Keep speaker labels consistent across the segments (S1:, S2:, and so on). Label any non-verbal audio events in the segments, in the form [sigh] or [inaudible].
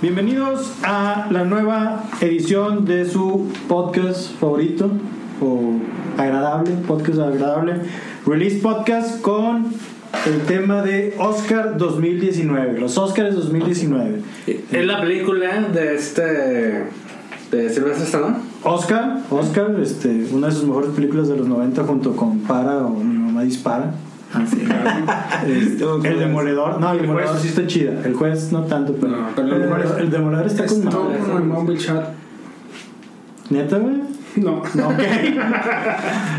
S1: Bienvenidos a la nueva edición de su podcast favorito o agradable, podcast agradable, Release Podcast con el tema de Oscar 2019, los Oscars 2019.
S2: Eh, Es la película de este. de Silvestre Stallone.
S1: Oscar, Oscar, este, una de sus mejores películas de los 90 junto con Para o Mi mamá dispara. [laughs] Este, el demoledor, no, el,
S2: El
S1: demoledor
S2: juez.
S1: sí está chida. El juez no tanto, pero,
S2: No, pero el
S1: el,
S2: demoledor-
S1: el demoledor está con
S3: Estuvo
S1: madre.
S3: como en Bumble Chat.
S1: Neta, güey.
S3: No.
S1: No, [laughs]
S4: [laughs]
S1: ok.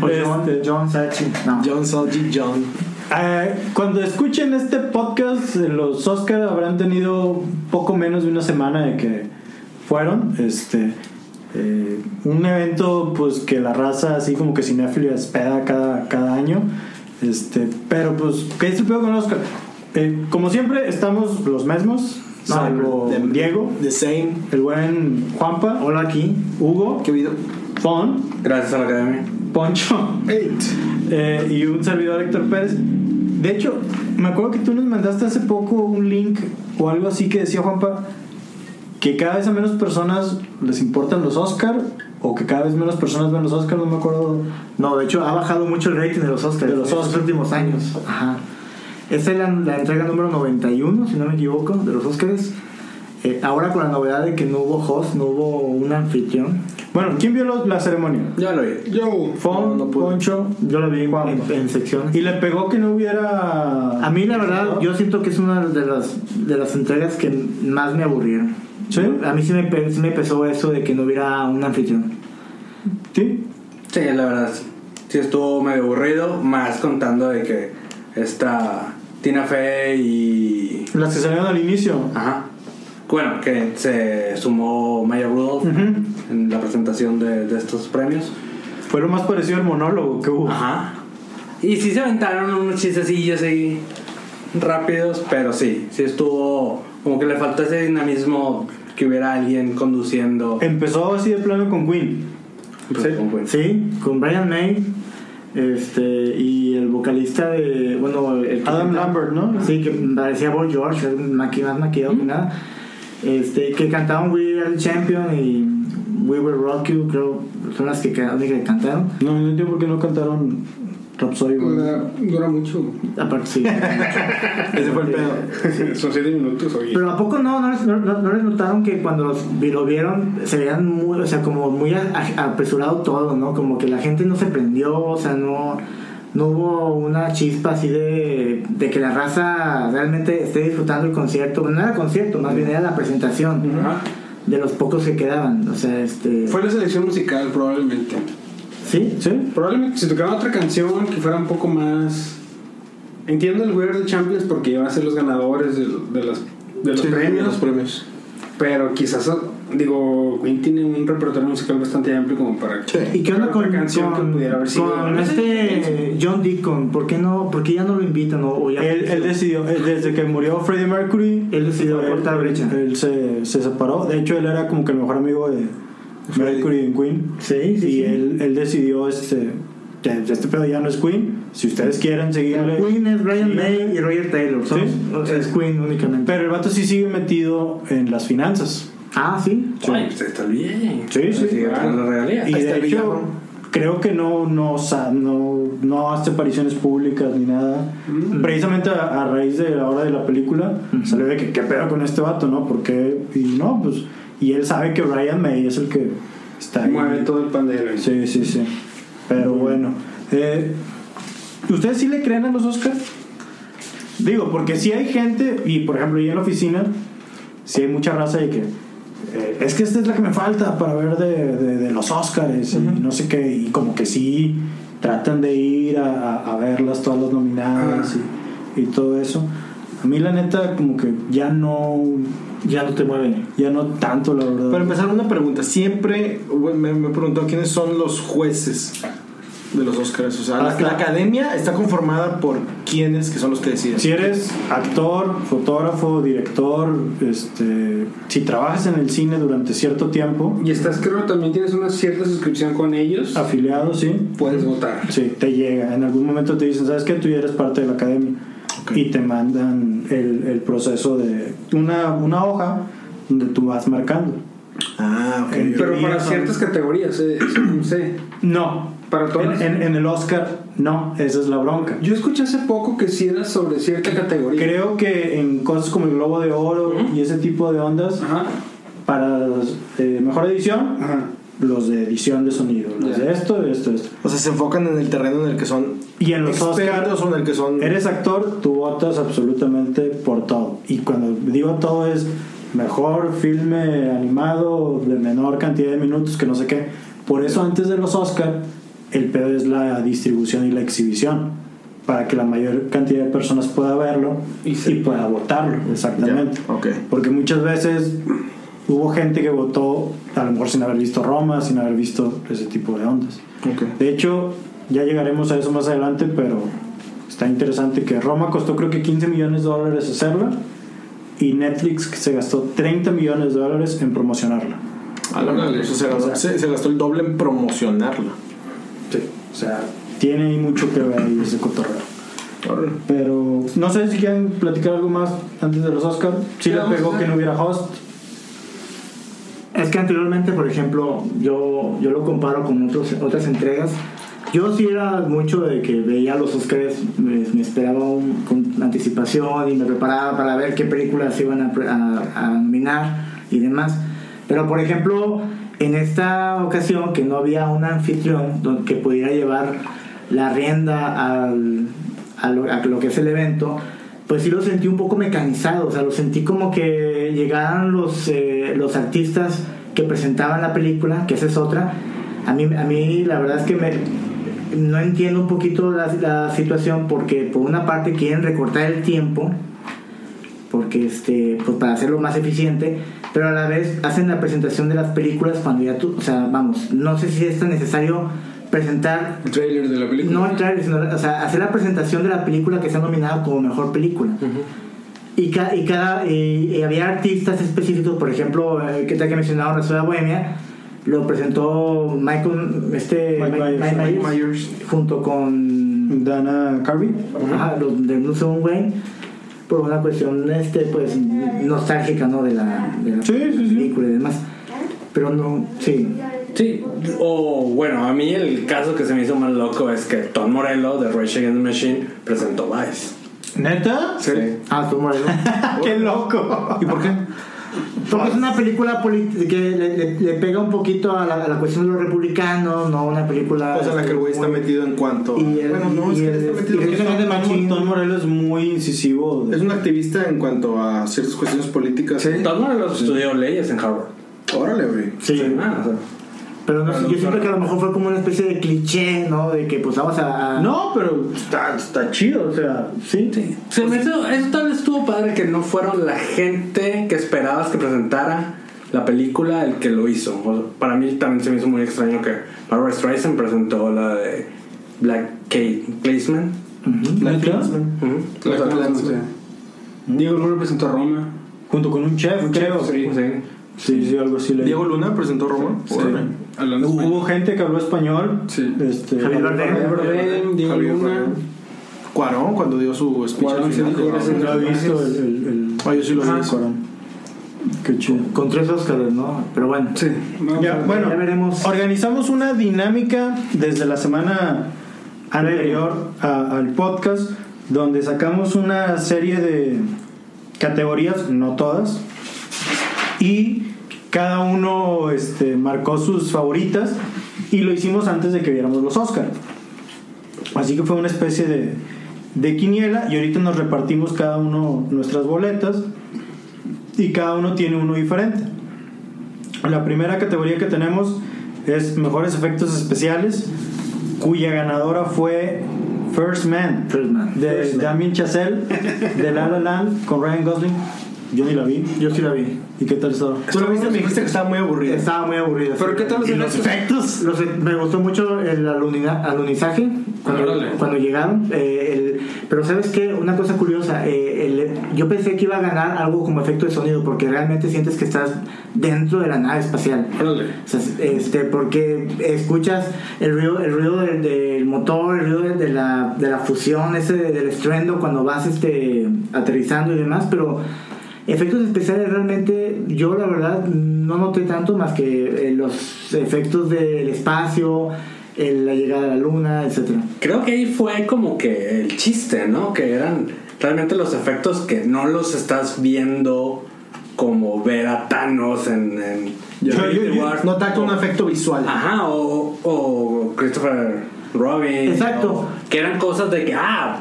S4: O Pues John,
S1: Este,
S4: John Sachi. No.
S3: John Solji John.
S1: eh, cuando escuchen este podcast, eh, los Oscar habrán tenido poco menos de una semana de que fueron. Este. eh, un evento pues que la raza así como que cinéfilo espera cada, cada año. Este, pero pues, ¿qué es el pedo con los Oscar? Eh, como siempre, estamos los mismos,
S4: No,
S1: salvo
S4: de-
S1: Diego,
S4: The same.
S1: el buen Juanpa,
S4: Hola aquí.
S1: Hugo,
S4: ¿Qué video?
S1: Fon,
S2: Gracias a la academia.
S1: Poncho
S4: Eight.
S1: eh, y un servidor Héctor Pérez. De hecho, me acuerdo que tú nos mandaste hace poco un link o algo así que decía Juanpa que cada vez a menos personas les importan los Oscar o que cada vez menos personas ven los Oscar, no me acuerdo.
S4: No, de hecho ha bajado mucho el rating de los Oscars
S1: De los
S4: en
S1: Oscars.
S4: últimos años. Ajá. Esta es la, la entrega número 91, si no me equivoco, de los Oscars. Eh, ahora con la novedad de que no hubo host, no hubo un anfitrión.
S1: Bueno, ¿quién vio los- la ceremonia?
S2: Ya lo vi.
S3: Yo.
S1: Fon,
S2: No, no pude.
S1: Poncho
S4: Yo la vi en,
S1: Juan.
S4: en, en secciones.
S1: y le pegó que no hubiera
S4: A mí la verdad, yo siento que es una de las, de las entregas que más me aburrieron.
S1: ¿Sí?
S4: A mí sí me, pe- sí me pesó eso de que no hubiera un anfitrión.
S1: ¿Sí?
S2: Sí, la verdad. Sí, estuvo medio aburrido, más contando de que esta Tina Fey y.
S1: Las que salieron al inicio.
S2: Ajá. Bueno, que se sumó Maya Rudolph
S1: Ujú.
S2: en la presentación de, de estos premios.
S1: Fue lo más parecido al monólogo que hubo.
S2: Ajá. Y sí se aventaron unos chistecillos ahí rápidos, pero sí, sí estuvo como que le faltó ese dinamismo que hubiera alguien conduciendo.
S1: Eh, Empezó así de plano con Queen.
S2: Pues, como fue.
S4: Sí, con Brian May este, y el vocalista de. Bueno, el que
S1: Adam
S4: canta-
S1: Lambert, ¿no?
S4: Sí, que parecía Boy George, era maqui- más maquillado que nada. Este, que cantaban We Are the Champion y We Will Rock You, creo, son las que, ca- únicas que cantaron.
S1: No, no entiendo por qué no cantaron Rhapsody. güey.
S3: Dura mucho.
S1: [laughs]
S4: Aparte, sí.
S3: Ese fue el
S1: Este,
S3: pedo. [laughs] Son siete minutos hoy.
S4: Pero ¿a poco no, no, les, no- no- no les notaron que cuando los, vi- lo vieron se veían muy, o sea, como muy a- a- apresurado todo, ¿no? Como que la gente no se prendió, o sea, no, no hubo una chispa así de, de que la raza realmente esté disfrutando el concierto. Bueno, no era concierto, más bien era la presentación
S2: Ajá.
S4: de los pocos que quedaban, o sea, este...
S3: Fue la selección musical, probablemente.
S4: ¿Sí?
S1: ¿Sí?
S3: Probablemente si tocaran otra canción que fuera un poco más. Entiendo el We Are the Champions porque iban a ser los ganadores de, de las, de los premios.
S5: premios.
S3: Pero quizás, digo, Queen tiene un repertorio musical bastante amplio como para.
S4: ¿Y qué onda
S3: Otra
S4: con,
S3: canción que
S4: con-
S3: pudiera haber sido?
S4: con este John Deacon? ¿Por qué, no, ¿Por qué ya no lo invitan? O, o ya
S1: Él, él decidió, eh, desde que murió Freddie Mercury,
S4: Él decidió cortar brecha.
S1: él se, se separó. De hecho, él era como que el mejor amigo de Mercury en Queen.
S4: Sí, sí,
S1: y
S4: sí.
S1: Él, él decidió, este, que este pedo ya no es Queen. Si ustedes quieren seguirle.
S4: Queen es Brian
S1: Sí.
S4: May y Roger Taylor. Son,
S1: Sí.
S4: o sea, Es Queen únicamente.
S1: Pero el vato sí sigue metido en las finanzas.
S4: ah, sí.
S2: Ay, pues está bien.
S1: Sí, sí.
S2: Sí, ganando la regalía.
S1: Y
S4: Ahí está
S1: de
S4: el
S1: hecho,
S4: villano.
S1: creo que no, no, o sea, no, no hace apariciones públicas ni nada. Precisamente a, a raíz de la hora de la película, salió de que qué pedo con este vato, ¿no? Porque, y no, pues, y él sabe que Ryan May es el que está ahí.
S3: Mueve todo el pandero.
S1: Sí, sí, sí. Pero bueno. eh, ¿Ustedes sí le creen a los Oscars? Digo, porque si hay gente, y por ejemplo, yo en la oficina, si hay mucha raza de que eh, es que esta es la que me falta para ver de, de- de los Oscars y no sé qué, y como que sí tratan de ir a, a- a verlas todas las nominadas y, y todo eso. A mí la neta como que ya no,
S4: Ya no te mueven.
S1: ya no tanto la verdad.
S5: Para empezar, una pregunta. Siempre güey, me, me preguntó quiénes son los jueces de los Oscars. O sea, la,
S1: Hasta-
S5: la academia está conformada por quiénes que son los que deciden.
S1: Si eres actor, fotógrafo, director, este, si trabajas en el cine durante cierto tiempo,
S3: Y estás, creo, también tienes una cierta suscripción con ellos.
S1: Ah, afiliado, sí,
S3: Puedes votar.
S1: sí, te llega. En algún momento te dicen, ¿sabes qué? Tú ya eres parte de la academia.
S5: Ok.
S1: Y te mandan el, el proceso de una, una hoja donde tú vas marcando.
S5: Ah, ok.
S2: Eh,
S1: El-
S3: Pero
S1: Y
S3: para
S1: eso-
S3: ciertas categorías, eh, según sé.
S1: No.
S3: Para todas.
S1: En, en- en el Oscar, no, esa es la bronca.
S3: Yo escuché hace poco que sí era sobre cierta categoría.
S1: Creo que en cosas como el Globo de Oro y ese tipo de ondas,
S3: Ajá.
S1: para eh, mejor edición,
S3: Ajá.
S1: los de edición de sonido, los
S3: Ya.
S1: de esto, esto, esto.
S5: O sea, se enfocan en el terreno en el que son
S1: Y en los Oscar,
S5: expertos o en el que son.
S1: eres actor, tú votas absolutamente por todo. Y cuando digo todo es mejor filme animado de menor cantidad de minutos que no sé qué. Por eso antes de los Oscar, el pedo es la distribución y la exhibición. Para que la mayor cantidad de personas pueda verlo y,
S3: Y se
S1: pueda votarlo.
S5: Ya,
S1: Exactamente.
S5: ok.
S1: Porque muchas veces hubo gente que votó a lo mejor sin haber visto Roma, sin haber visto ese tipo de ondas.
S5: Ok.
S1: De hecho, ya llegaremos a eso más adelante, pero está interesante que Roma costó creo que 15 millones de dólares hacerla y Netflix se gastó 30 millones de dólares en promocionarla.
S5: Ah, la madre, eso se, gastó, se- se gastó el doble en promocionarla.
S1: O sea, tiene ahí mucho que ver ahí ese cotorreo.
S5: Órale.
S1: Pero no sé si quieren platicar algo más antes de los Oscars. Sí
S3: ¿Qué
S1: les
S3: vamos a
S1: pegó
S3: hacer?
S1: que no hubiera host.
S4: Es que anteriormente, por ejemplo, yo, yo lo comparo con otros, otras entregas. Yo sí era mucho de que veía los Oscars, me, me esperaba un- con anticipación y me preparaba para ver qué películas se iban a, pre- a- a nominar y demás. Pero, por ejemplo, en esta ocasión que no había un anfitrión don- que pudiera llevar la rienda al, a, lo, a lo que es el evento, pues sí lo sentí un poco mecanizado, o sea, lo sentí como que llegaban los, eh, los artistas que presentaban la película, que esa es otra. A mí, a mí la verdad es que me, no entiendo un poquito la, la situación porque por una parte quieren recortar el tiempo, porque este, pues para hacerlo más eficiente, pero a la vez hacen la presentación de las películas cuando ya tú, o sea, vamos, no sé si es tan necesario presentar
S3: El trailer de la película.
S4: no el trailer, sino o sea, hacer la presentación de la película que se ha nominado como mejor película. Y, ca- y cada y- y había artistas específicos, por ejemplo, eh, que te que mencionado Rhapsody de Bohemia, lo presentó Michael este
S1: Mike
S4: Mike-
S1: Myers.
S4: Mike
S1: Mike
S4: Myers, junto con
S1: Dana Carvey.
S4: ajá, los de Blue Zone Wayne por una cuestión este pues nostálgica, ¿no? de la, de la
S1: Sí, sí, sí.
S4: película y demás. Pero no, sí.
S2: Sí, o bueno, a mí el caso que se me hizo más loco es que Tom Morello de Rage Against the Machine presentó Vice.
S1: ¿Neta?
S2: Sí.
S4: Ah, tú Moreno.
S1: [laughs]
S4: [laughs]
S1: ¡Qué loco!
S5: ¿Y por qué?
S4: Porque es una película polit- que le, le- le pega un poquito a la, a la cuestión de los republicanos, no una película.
S5: O sea, en Pues, la que el güey está
S4: muy-
S5: metido en cuanto.
S4: Y el-
S5: bueno, no, es
S4: y
S5: que
S4: el-
S5: está metido.
S4: y el-
S5: es un-
S1: Tom Morello es muy incisivo.
S5: Es un activista en cuanto a ciertas cuestiones políticas.
S2: Tom Morello estudió leyes en Harvard.
S5: Órale, güey.
S4: Sí,
S2: Ah, o sea,
S4: pero no sé, yo
S2: Bueno,
S4: siento
S2: claro.
S4: que a lo mejor fue como una especie de cliché, ¿no? De que pues vamos a. a-
S1: No, pero está, está chido, o sea, sí.
S2: Se me hizo, eso tal vez estuvo padre que no fueron la gente que esperabas que presentara la película el que lo hizo. O sea, para mí también se me hizo muy extraño que Barbara Streisand presentó la de Black Kate Placement.
S5: La
S1: ¿Neta?
S5: Kingsman. La Kingsman.
S3: Diego Luna presentó a Roma.
S1: Junto con un chef, creo.
S3: sí.
S1: Sí, sí, algo así. le-
S5: Diego Luna presentó Roma. Órale.
S3: Hablando
S1: Hubo
S3: español.
S1: hubo gente que habló español.
S3: Sí.
S1: Este,
S4: Javier
S3: Javier Bardem, Diego
S5: Javier
S3: Luna.
S5: Bardem. Cuarón cuando dio su speech.
S3: Cuarón
S5: al
S3: se
S5: final.
S3: dijo gracias
S1: No he visto el. el, el-
S5: Ah, yo sí lo vi.
S1: el Corán. Qué chido.
S4: Con tres Óscares, ¿no? Pero bueno.
S3: Sí. Vamos
S1: Ya,
S3: a ver.
S1: bueno,
S4: ya veremos.
S1: organizamos una dinámica desde la semana anterior a- al podcast donde sacamos una serie de categorías, no todas, y cada uno este, marcó sus favoritas y lo hicimos antes de que viéramos los Oscar. Así que fue una especie de, de quiniela y ahorita nos repartimos cada uno nuestras boletas y cada uno tiene uno diferente. La primera categoría que tenemos es mejores efectos especiales, cuya ganadora fue First Man
S4: First Man.
S1: de
S4: First Man.
S1: Damien Chazelle de La La Land con Ryan Gosling. Yo ni la vi.
S4: Yo sí la vi.
S1: ¿Y qué tal estaba?
S5: Tú lo viste, me dijiste que estaba muy aburrido.
S4: Estaba muy aburrida.
S3: Pero
S4: sí.
S3: ¿qué tal los
S4: Y
S3: efectos?
S4: Los- e, me gustó mucho el alunina- alunizaje cuando,
S3: Órale.
S4: cuando llegaron. eh, el- pero sabes qué, una cosa curiosa, eh, el- yo pensé que iba a ganar algo como efecto de sonido porque realmente sientes que estás dentro de la nave espacial.
S3: Órale.
S4: O sea, este, porque escuchas el ruido, el ruido del, del motor, el ruido de, de la, de la fusión, ese de- del estruendo cuando vas este, aterrizando y demás, pero Efectos especiales realmente yo la verdad no noté tanto más que eh, los efectos del espacio, el- la llegada a la luna, etcétera.
S2: Creo que ahí fue como que el chiste, ¿no? Que eran realmente los efectos que no los estás viendo como ver a Thanos en, en
S5: Yo- yo-
S2: Infinity
S5: yo-
S2: War.
S5: no tanto un efecto visual.
S2: Ajá, o, o Christopher Robin.
S4: Exacto.
S2: o- que eran cosas de que, ah,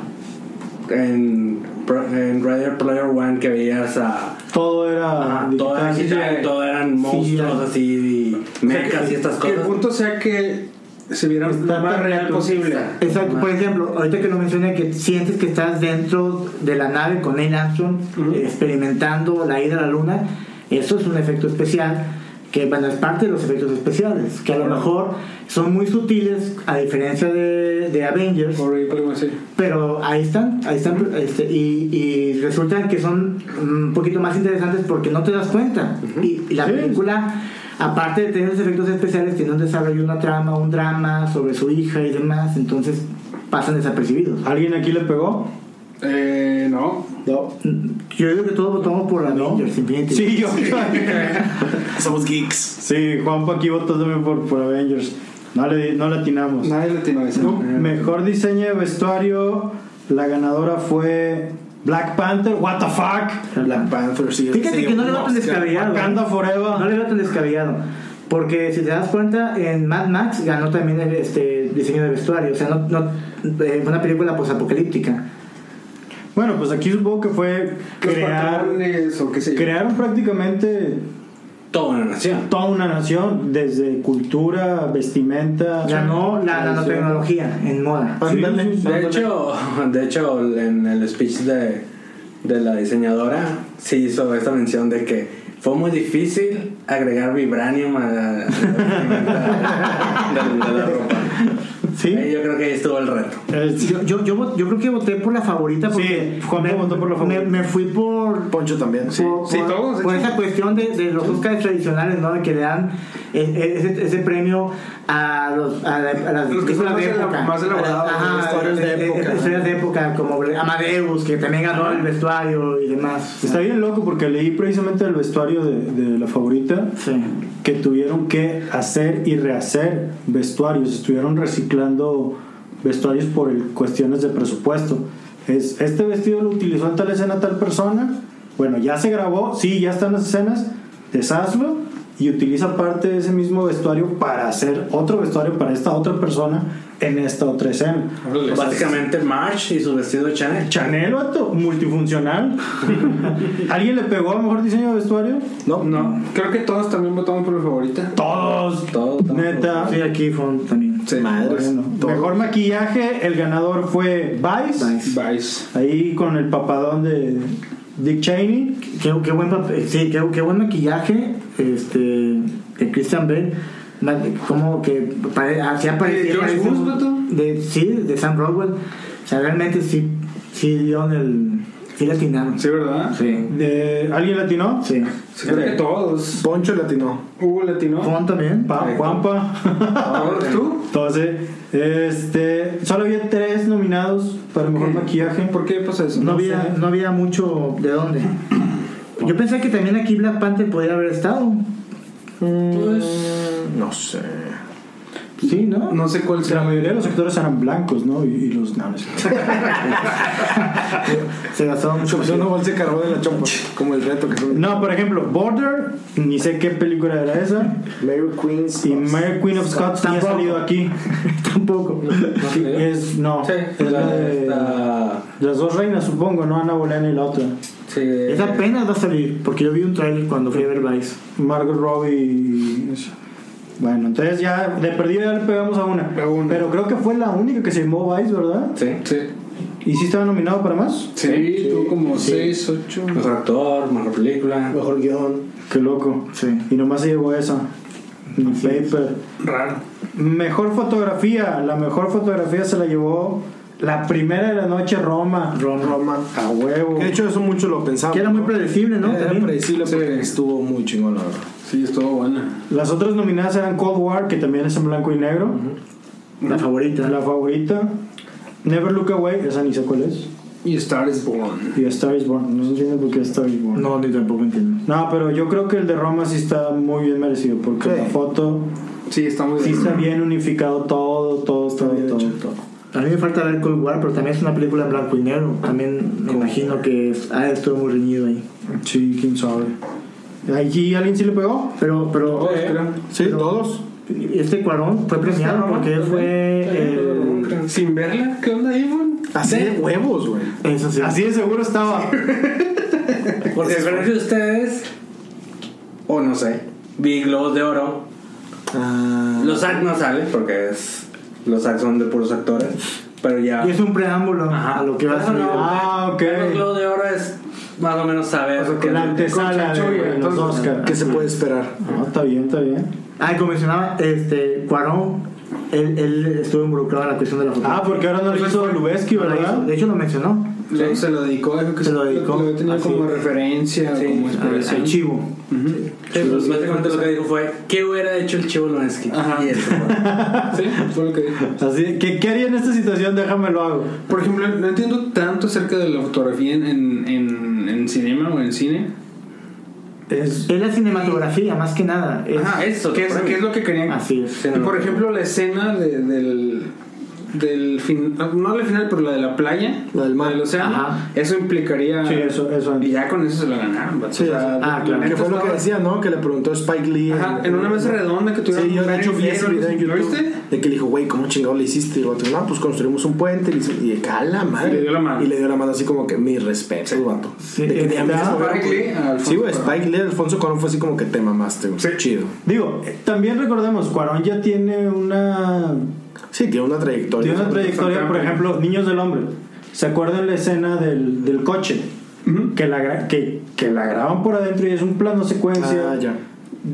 S2: en, en Ready Player One que veías a...
S1: Todo era.
S2: Ajá,
S5: Ah,
S1: digital.
S2: todo era digital,
S3: CGI.
S2: todo eran monstruos
S4: CGI.
S2: así, y mechas y estas
S3: Que el
S2: cosas.
S3: punto sea que se viera lo más real posible.
S4: Exacto, por ejemplo, ahorita que lo mencioné, que sientes que estás dentro de la nave con Neil Armstrong, experimentando la ida a la luna, eso es un efecto especial, que bueno, es parte de los efectos especiales, que a lo mejor son muy sutiles, a diferencia de, de Avengers,
S3: Por ahí, por algo así.
S4: pero ahí están, ahí están, este, y, y resultan que son un poquito más interesantes porque no te das cuenta. y, y la
S1: Sí.
S4: película, aparte de tener los efectos especiales, tiene un desarrollo, una trama, un drama sobre su hija y demás, entonces pasan desapercibidos.
S1: ¿Alguien aquí le pegó?
S3: Eh, no.
S1: No.
S4: Yo digo que todos votamos por Avengers, Infinity.
S1: Sí, yo.
S5: Somos geeks.
S1: sí, Juanpa aquí votó también por, por Avengers. No le, di- no le atinamos.
S3: Nadie latino esa.
S1: No, Mejor diseño de vestuario. La ganadora fue Black Panther. What the fuck?
S5: Black Panther, sí.
S4: Fíjate
S5: sí,
S4: que no le
S5: un
S4: va tan
S5: Oscar.
S4: descabellado. ¿eh?
S1: Wakanda Forever.
S4: No le veo tan descabellado. Porque si te das cuenta, en Mad Max ganó también el, este diseño de vestuario. O sea, no, no, eh, fue una película posapocalíptica.
S1: Bueno, pues aquí supongo que fue
S3: Los
S1: crear.
S3: patrones o qué sé yo.
S1: Crearon prácticamente
S2: Toda una nación.
S1: toda una nación, desde cultura, vestimenta.
S4: Ganó la
S1: tradición.
S4: nanotecnología en moda.
S5: Ándale,
S2: De
S5: ándale.
S2: hecho, de hecho, en el speech de, de la diseñadora, sí hizo esta mención de que fue muy difícil agregar vibranium a la, a la- de la- de la ropa.
S1: Sí. Eh,
S2: Ahí yo creo que ahí estuvo el reto.
S1: Es-
S4: Yo, yo, yo, vot- yo creo que voté por la favorita porque
S1: Sí, Juanpa
S4: me,
S1: votó por la
S4: me-
S1: favorita.
S4: Me, fui por,
S5: Poncho también. Sí.
S4: por,
S3: sí,
S4: por-
S3: todos, de
S4: por
S3: hecho.
S4: esa cuestión de, de los Oscars tradicionales, ¿no? De que le dan e- e- ese, ese premio a, los, a, la- a las
S3: Los que son
S4: películas
S3: más ela- más elaborados,
S4: Ajá,
S5: los vestuarios de
S4: eh, eh,
S5: época.
S4: historias de época, como Amadeus, que también ganó el vestuario y demás.
S1: Está bien loco porque leí precisamente el vestuario de, de la favorita
S4: Sí.
S1: que tuvieron que hacer y rehacer vestuarios, estuvieron reciclando vestuarios por el- cuestiones de presupuesto. Es, este vestido lo utilizó en tal escena tal persona, bueno, ya se grabó, sí, ya están las escenas, deshazlo y utiliza parte de ese mismo vestuario para hacer otro vestuario para esta otra persona en esta otra escena.
S3: Órale.
S2: Básicamente, Marge y su vestido de Chanel.
S1: Chanel, vato, multifuncional. [laughs] ¿Alguien le pegó a mejor diseño de vestuario?
S5: No,
S3: No. Creo que todos también votamos por la favorita.
S1: Todos,
S2: Todos, todos.
S1: neta.
S4: Sí, aquí fue un- también.
S5: Sí, madres.
S3: Pues,
S1: Bueno,
S5: Todo.
S1: Pues, mejor maquillaje, el ganador fue Vice,
S4: Vice.
S3: Vice.
S1: Ahí con el papadón de Dick Cheney.
S4: Qué, qué buen papel, sí, qué, qué buen maquillaje este de Christian Bale Ma- como que pare, ah, hacía parecer
S3: George
S4: parece
S3: Bush,
S4: un-
S3: vato?
S4: de sí de Sam Rockwell o sea realmente sí sí dieron el sí le atinaron
S3: Sí, ¿verdad?
S4: sí
S1: De, ¿Alguien latino?
S4: sí
S3: Sí, creo que todos.
S5: Poncho latino.
S3: Hugo latino.
S4: Juan también
S1: Pa-
S4: [laughs]
S1: Juanpa.
S3: Ahora tú.
S1: Entonces, este, solo había tres nominados para mejor
S3: ¿Qué?
S1: maquillaje.
S3: ¿Por qué pasa eso?
S4: no
S1: No
S4: había
S1: sé.
S4: no había mucho de
S3: [coughs]
S4: dónde yo pensé que también aquí Black Panther podría haber estado
S5: Mm, no sé.
S1: pues,
S4: sí no
S3: No sé cuál
S1: La
S3: será.
S1: mayoría de los actores eran blancos, ¿no? Y, y los no, no
S4: [laughs]
S1: es cierto.
S4: se gastaba mucho
S5: Se puso una bolsa de carbón en la chompa. Como el reto que son.
S1: No, por ejemplo, Border, ni sé qué película era esa.
S5: Mary Queens.
S1: Y Mary Queen of Scots ni ha
S4: Tampoco.
S1: salido aquí.
S4: tampoco
S1: [laughs] Sí, es, no,
S2: Sí,
S1: es la
S2: la-
S1: de
S2: esta-
S1: las dos reinas, supongo, ¿no? Ana Bolena y la otra.
S2: sí,
S4: esa apenas va a salir porque yo vi un trailer cuando fui a ver Vice
S1: Margot Robbie. y eso. Bueno, entonces ya de perdida ya le pegamos a una.
S3: A una.
S1: Pero creo que fue la única que se llamó Vice, ¿verdad?
S2: sí.
S3: Sí.
S1: ¿Y si estaba nominado para más?
S3: Sí, tuvo como 6, 8.
S2: Mejor actor, mejor película.
S5: Mejor guión.
S1: Qué loco.
S4: sí
S1: Y nomás se llevó esa. Ni paper.
S3: Raro.
S1: Mejor fotografía. La mejor fotografía se la llevó la primera de la noche Roma.
S5: Roma.
S1: A huevo.
S5: De hecho, eso mucho lo pensaba.
S4: Que era muy
S5: ¿no?
S4: predecible, ¿no?
S5: Era
S4: También.
S5: predecible
S3: Sí.
S5: porque estuvo muy chingón, la verdad.
S3: Sí, estuvo buena.
S1: Las otras nominadas eran Cold War, que también es en blanco y negro.
S4: La favorita.
S1: La favorita. Never Look Away, esa ni sé cuál es.
S5: Y Star is Born.
S1: Y A Star is Born. No se entiende por qué A Star is Born. No.
S4: No, ni tampoco entiendo.
S1: pero yo creo que el de Roma sí está muy bien merecido. Porque
S5: Sí.
S1: la foto
S5: Sí, está muy
S1: sí
S5: bien.
S1: está bien unificado todo, todo,
S5: Está
S1: todo,
S5: bien
S1: todo,
S5: hecho.
S1: todo.
S4: A mí me falta ver Cold War, pero también es una película en blanco y negro. También me imagino que es- ah, estuvo muy reñido ahí.
S1: Sí, quién sabe. ¿Allí alguien sí le pegó?
S4: Pero, pero,
S3: Todos, creo.
S5: Sí, todos.
S4: este Cuarón fue premiado porque
S3: eh,
S4: fue eh, el...
S2: Sin verla, ¿qué onda, Iván?
S3: Ah,
S5: Así de huevos, güey.
S4: Eso sí.
S1: Así de seguro estaba.
S2: Porque creo que ustedes, o no sé, vi Globos de Oro.
S4: Ah.
S2: Los SAC no salen porque es. Los SAC son de puros actores. Pero ya.
S4: Y es un preámbulo
S2: Ajá.
S4: a lo que va a
S2: Eso
S4: ser.
S2: no.
S1: ah, ok.
S2: Los Globos de Oro es más o menos saber. qué
S1: La
S2: es lo que-
S1: antesala de, de los Oscar.
S5: ¿Qué se puede esperar?
S1: Ah, está bien, está bien.
S4: Ah, y como mencionaba, este, Cuarón, él, él estuvo involucrado en la cuestión de la fotografía.
S1: Ah, porque ahora no lo hizo Lubeski,
S4: No lo hizo.
S1: ¿verdad?
S4: De hecho, lo mencionó.
S3: Le- Se lo dedicó, dijo que Ah,
S4: Se lo dedicó.
S3: Lo tenía
S4: Así
S3: como
S4: es.
S3: referencia,
S2: Sí,
S3: como
S2: al-
S3: inspiración.
S4: El chivo.
S2: Sí, pues básicamente lo que dijo fue: ¿Qué hubiera hecho el Chivo Lonesky?
S3: Ajá.
S2: Y eso pues,
S4: [laughs]
S2: fue.
S3: Ah, Sí, fue lo que dijo.
S1: Así, ¿qué, ¿Qué haría en esta situación? Déjame lo hago.
S3: Por ejemplo, no entiendo tanto acerca de la fotografía en, en, en, en cinema o en cine.
S1: Es,
S4: Es la cinematografía, más que nada. Es-
S2: Ajá, eso.
S3: ¿Qué es, qué es lo que querían?
S4: Así es.
S3: Y por ejemplo, la escena de- del. Del fin, no del final, pero la de la playa,
S5: La del mar.
S3: del océano,
S4: Ajá.
S3: eso implicaría.
S1: sí, eso, eso.
S3: Y ya con eso se la ganaron, vato. O
S5: Sí,
S3: sea,
S4: ah,
S3: la
S4: claro.
S3: neta
S5: Que fue lo que
S3: estaba-
S5: decía, ¿no? Que le preguntó Spike Lee. eh,
S3: Ajá, en una mesa redonda que tuvieron
S5: Sí, yo de
S3: Barry
S5: hecho vi
S3: Fair,
S5: ese
S3: algo
S5: video en
S3: así. ¿Lo
S5: YouTube.
S3: viste?
S5: De que le dijo, güey, ¿cómo chingado le hiciste? Y el vato, no, pues construimos un puente. Y le, hizo- y de cala, madre.
S3: Y le dio la mano.
S5: Y le dio la mano así como que, mi respeto, vato.
S4: Sí,
S5: de que
S4: está-
S5: a mí se me
S3: Spike
S5: ocurrió.
S3: Lee a Alfonso
S5: Sí, güey,
S3: Cuarón.
S5: Spike Lee, Alfonso Cuarón fue así como que te mamaste, güey. Chido.
S1: Digo, eh, también recordemos, Cuarón ya tiene una,
S5: Sí, tiene una trayectoria.
S1: tiene una trayectoria, por ejemplo, Niños del Hombre. ¿Se acuerdan la escena del, del coche?
S3: Ujú.
S1: Que la, gra- que, que la graban por adentro y es un plano secuencia.
S5: Ah, ya.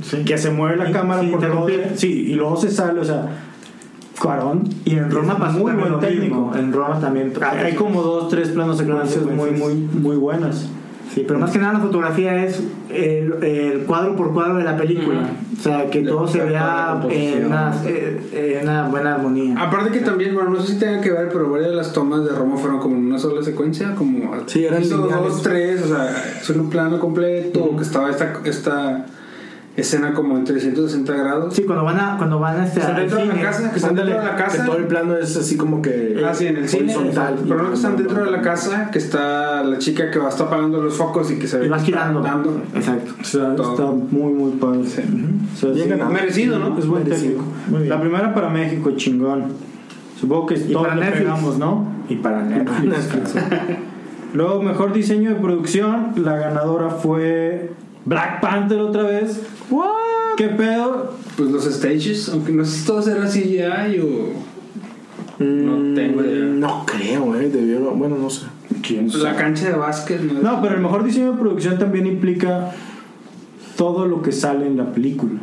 S4: sí.
S1: Que se mueve la
S4: Y-
S1: cámara
S4: sí,
S1: por todo.
S4: interrumpir.
S1: Sí, y luego se sale, o sea, Cuarón.
S4: Y en Roma
S1: es
S4: pasó
S1: muy
S4: también
S1: buen
S4: lo
S1: técnico.
S4: mismo. En Roma también.
S1: Hay, hay como dos, tres planos secuencias muy, muy, muy buenas.
S4: Sí, pero más que nada la fotografía es el, el cuadro por cuadro de la película. O sea, que
S2: La-
S4: todo se
S2: la- la
S4: vea
S2: composición.
S4: en una, eh, en una buena armonía.
S3: Aparte que también, bueno, no sé si tenga que ver, pero varias de las tomas de Roma fueron como en una sola secuencia, como
S5: Sí, eran
S3: hizo
S5: lineales.
S3: dos, tres, o sea, solo un plano completo, que estaba esta, esta escena como en 360 grados.
S4: Sí, cuando van a, cuando van a este,
S3: Están
S4: al
S3: dentro de la
S4: cine,
S3: casa, que están
S5: Ándale,
S3: dentro de la
S5: Que
S3: casa.
S5: todo el plano es así como que.
S3: Ah, sí, en el cine.
S5: Horizontal.
S3: Pero no que están dentro de la
S5: [laughs]
S3: casa, que está la chica que va a estar apagando los focos y que se ve.
S4: y
S3: que
S4: vas
S3: está
S4: girando.
S3: andando.
S4: Exacto.
S1: O sea,
S3: Todo.
S1: está muy, muy padre. O sea,
S5: Bien
S1: sí,
S5: ganado.
S3: Merecido, ¿no?
S1: Es buen
S5: Merecido.
S1: técnico.
S4: Muy bien.
S1: La primera para México, chingón. Supongo que todos
S4: para
S1: le
S4: Netflix.
S1: pegamos, ¿no? Y [laughs] para Netflix. Luego, mejor diseño de producción. La ganadora fue Black Panther otra vez. ¿Qué pedo?
S3: Pues los stages, aunque no sé si todos eran CGI o. No tengo idea.
S5: No creo, eh. Debió, bueno, no sé.
S3: La cancha de básquet, ¿no?
S1: No, pero el mejor diseño de producción también implica todo lo que sale en la película.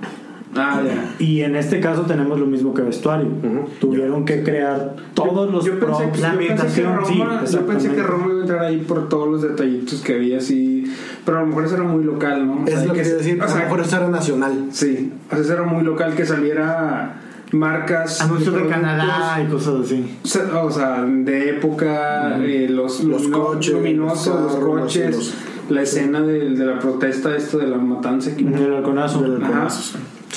S3: Ah, ya.
S1: Y en este caso tenemos lo mismo que vestuario. Tuvieron que crear todos los
S3: yo pensé,
S1: props,
S3: que, yo pensé que Roma,
S1: sí,
S3: yo pensé que
S1: exactamente.
S3: Roma iba a entrar ahí por todos los detallitos que había así, pero a lo mejor eso era muy local, ¿no? O sea,
S5: Es lo que quiero decir.
S3: o
S5: A lo
S3: sea,
S5: mejor eso era nacional.
S3: sí, o sea, eso era muy local que saliera marcas
S4: Anuncios de
S3: productos,
S4: Canadá y cosas así.
S3: o sea, o sea, de época, eh, los,
S5: Los
S3: lumino-
S5: coches,
S3: luminosos, los
S5: carros,
S3: coches,
S5: los-
S3: la escena de, de la protesta, esto de la matanza que
S1: Del halconazo.
S3: Ajá.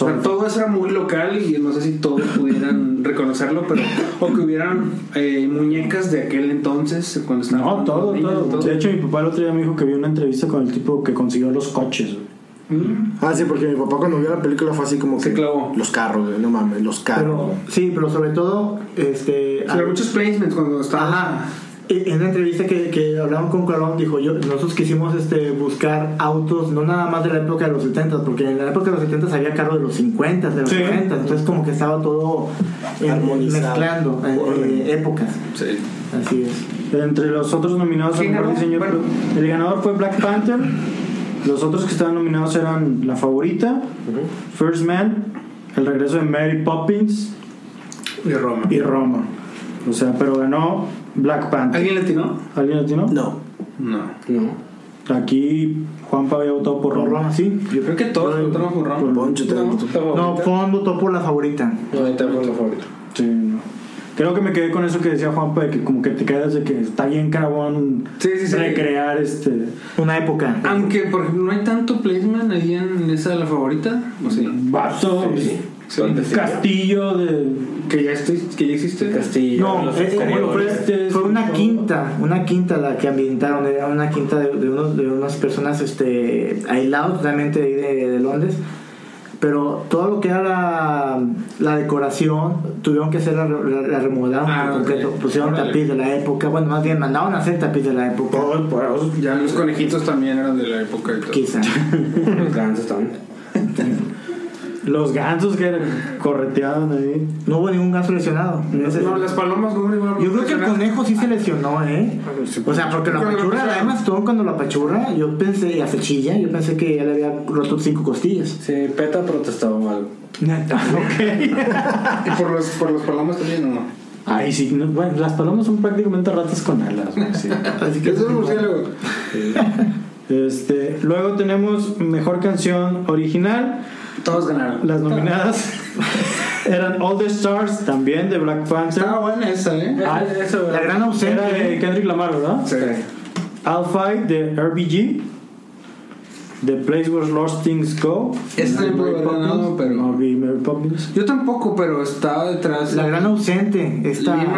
S3: O sea, todo eso era muy local y no sé si todos pudieran reconocerlo, pero. O que hubieran eh, muñecas de aquel entonces cuando estaban.
S1: No, todo,
S3: niños,
S1: todo. De hecho, mi papá el otro día me dijo que vio una entrevista con el tipo que consiguió los coches. güey.
S3: Mm.
S5: Ah, sí, porque mi papá cuando vio la película fue así como que.
S3: Se clavó.
S5: Los carros, güey, no mames, los carros.
S4: Pero, sí, pero sobre todo, este.
S3: O sea, había muchos placements cuando estaban.
S4: Ajá. E-, En una entrevista que, que hablaron con Cuarón, dijo yo, nosotros quisimos este, buscar autos, no nada más de la época de los 70, porque en la época de los 70 había carros de los 50, de los
S1: Sí.
S4: 40, entonces como que estaba todo eh,
S5: Armonizado.
S4: mezclando eh, eh, épocas.
S3: Sí.
S4: Así es.
S1: Entre los otros nominados a
S3: ¿Quién
S1: mejor
S3: ganó?
S1: diseño,
S3: Bueno.
S1: el ganador fue Black Panther. Los otros que estaban nominados eran La Favorita, First Man, El Regreso de Mary Poppins
S3: Y Roma.
S1: y Roma. O sea, pero ganó Black Panther.
S3: ¿Alguien le atinó?
S1: ¿Alguien latino?
S5: No.
S3: No.
S2: No.
S1: Aquí Juanpa había votado por
S4: Por
S1: Roma.
S4: Roma, sí.
S3: Yo creo que todos votamos por Roma.
S5: Poncho, te
S3: No,
S5: gustó.
S3: la favorita.
S4: No, Fon votó por la favorita.
S2: No, ahorita por la favorita.
S1: Sí, no. Creo que me quedé con eso que decía Juanpa, de que como que te quedas de que está bien carabón
S2: Sí, sí, sí.
S1: recrear este...
S4: Una época.
S2: Aunque, por ejemplo, no hay tanto placement ahí en esa de la favorita.
S3: pues
S2: O sí.
S1: Vato,
S2: Sí.
S1: castillo de...
S2: Que ya, estoy, que ya existe.
S6: Castillo.
S4: No,
S3: eh,
S6: los
S4: es-
S6: exteriores.
S1: Este,
S4: Fue una
S1: no.
S4: quinta, una quinta la que ambientaron, era una quinta de, de unos, de unas personas este, aislados totalmente de, ahí de- de Londres, pero todo lo que era la, la decoración tuvieron que hacer la, la, la remodelaron por
S3: Ah, ok.
S4: completo, pusieron
S3: Órale.
S4: tapiz de la época, bueno, más bien mandaron a hacer tapiz de la época,
S3: Ya los conejitos también eran de la época y todo. [laughs]
S4: quizá.
S2: Los gansos también.
S1: Los gansos
S3: [laughs]
S1: que correteaban ahí.
S4: No hubo ningún gasto lesionado. Ese-
S3: No, las palomas no iban
S4: Yo creo que el conejo sí se lesionó, ¿eh? O sea, porque la
S3: Cuando lo
S4: pachurra,
S3: apachuran.
S4: además, todo cuando la pachurra, yo pensé, y hace chilla, yo pensé que ya le había roto cinco costillas.
S2: Sí, PETA protestaba mal.
S3: Y por los, por los palomas también, ¿no?
S1: Ay, sí, no, bueno, las palomas son prácticamente ratas con alas. güey, sí.
S4: [laughs] Así
S3: ¿Qué
S4: que
S3: es un murciélago?
S1: este, luego tenemos mejor canción original.
S3: Todos ganaron.
S1: Las nominadas eran All the Stars, también de Black Panther.
S3: Estaba buena esa, ¿eh?
S1: Ah,
S2: eso
S4: la gran
S1: Era
S4: ausente. ¿eh?
S1: de Kendrick Lamar, ¿verdad?
S2: Sí.
S1: I'll Fight de RBG. The Place Where Lost Things Go.
S3: Esa también pudo haber ganado, pero-
S1: No vi Mary Poppins.
S3: Yo tampoco, pero estaba detrás.
S4: La
S3: de-
S4: gran ausente. Esta.
S3: Lin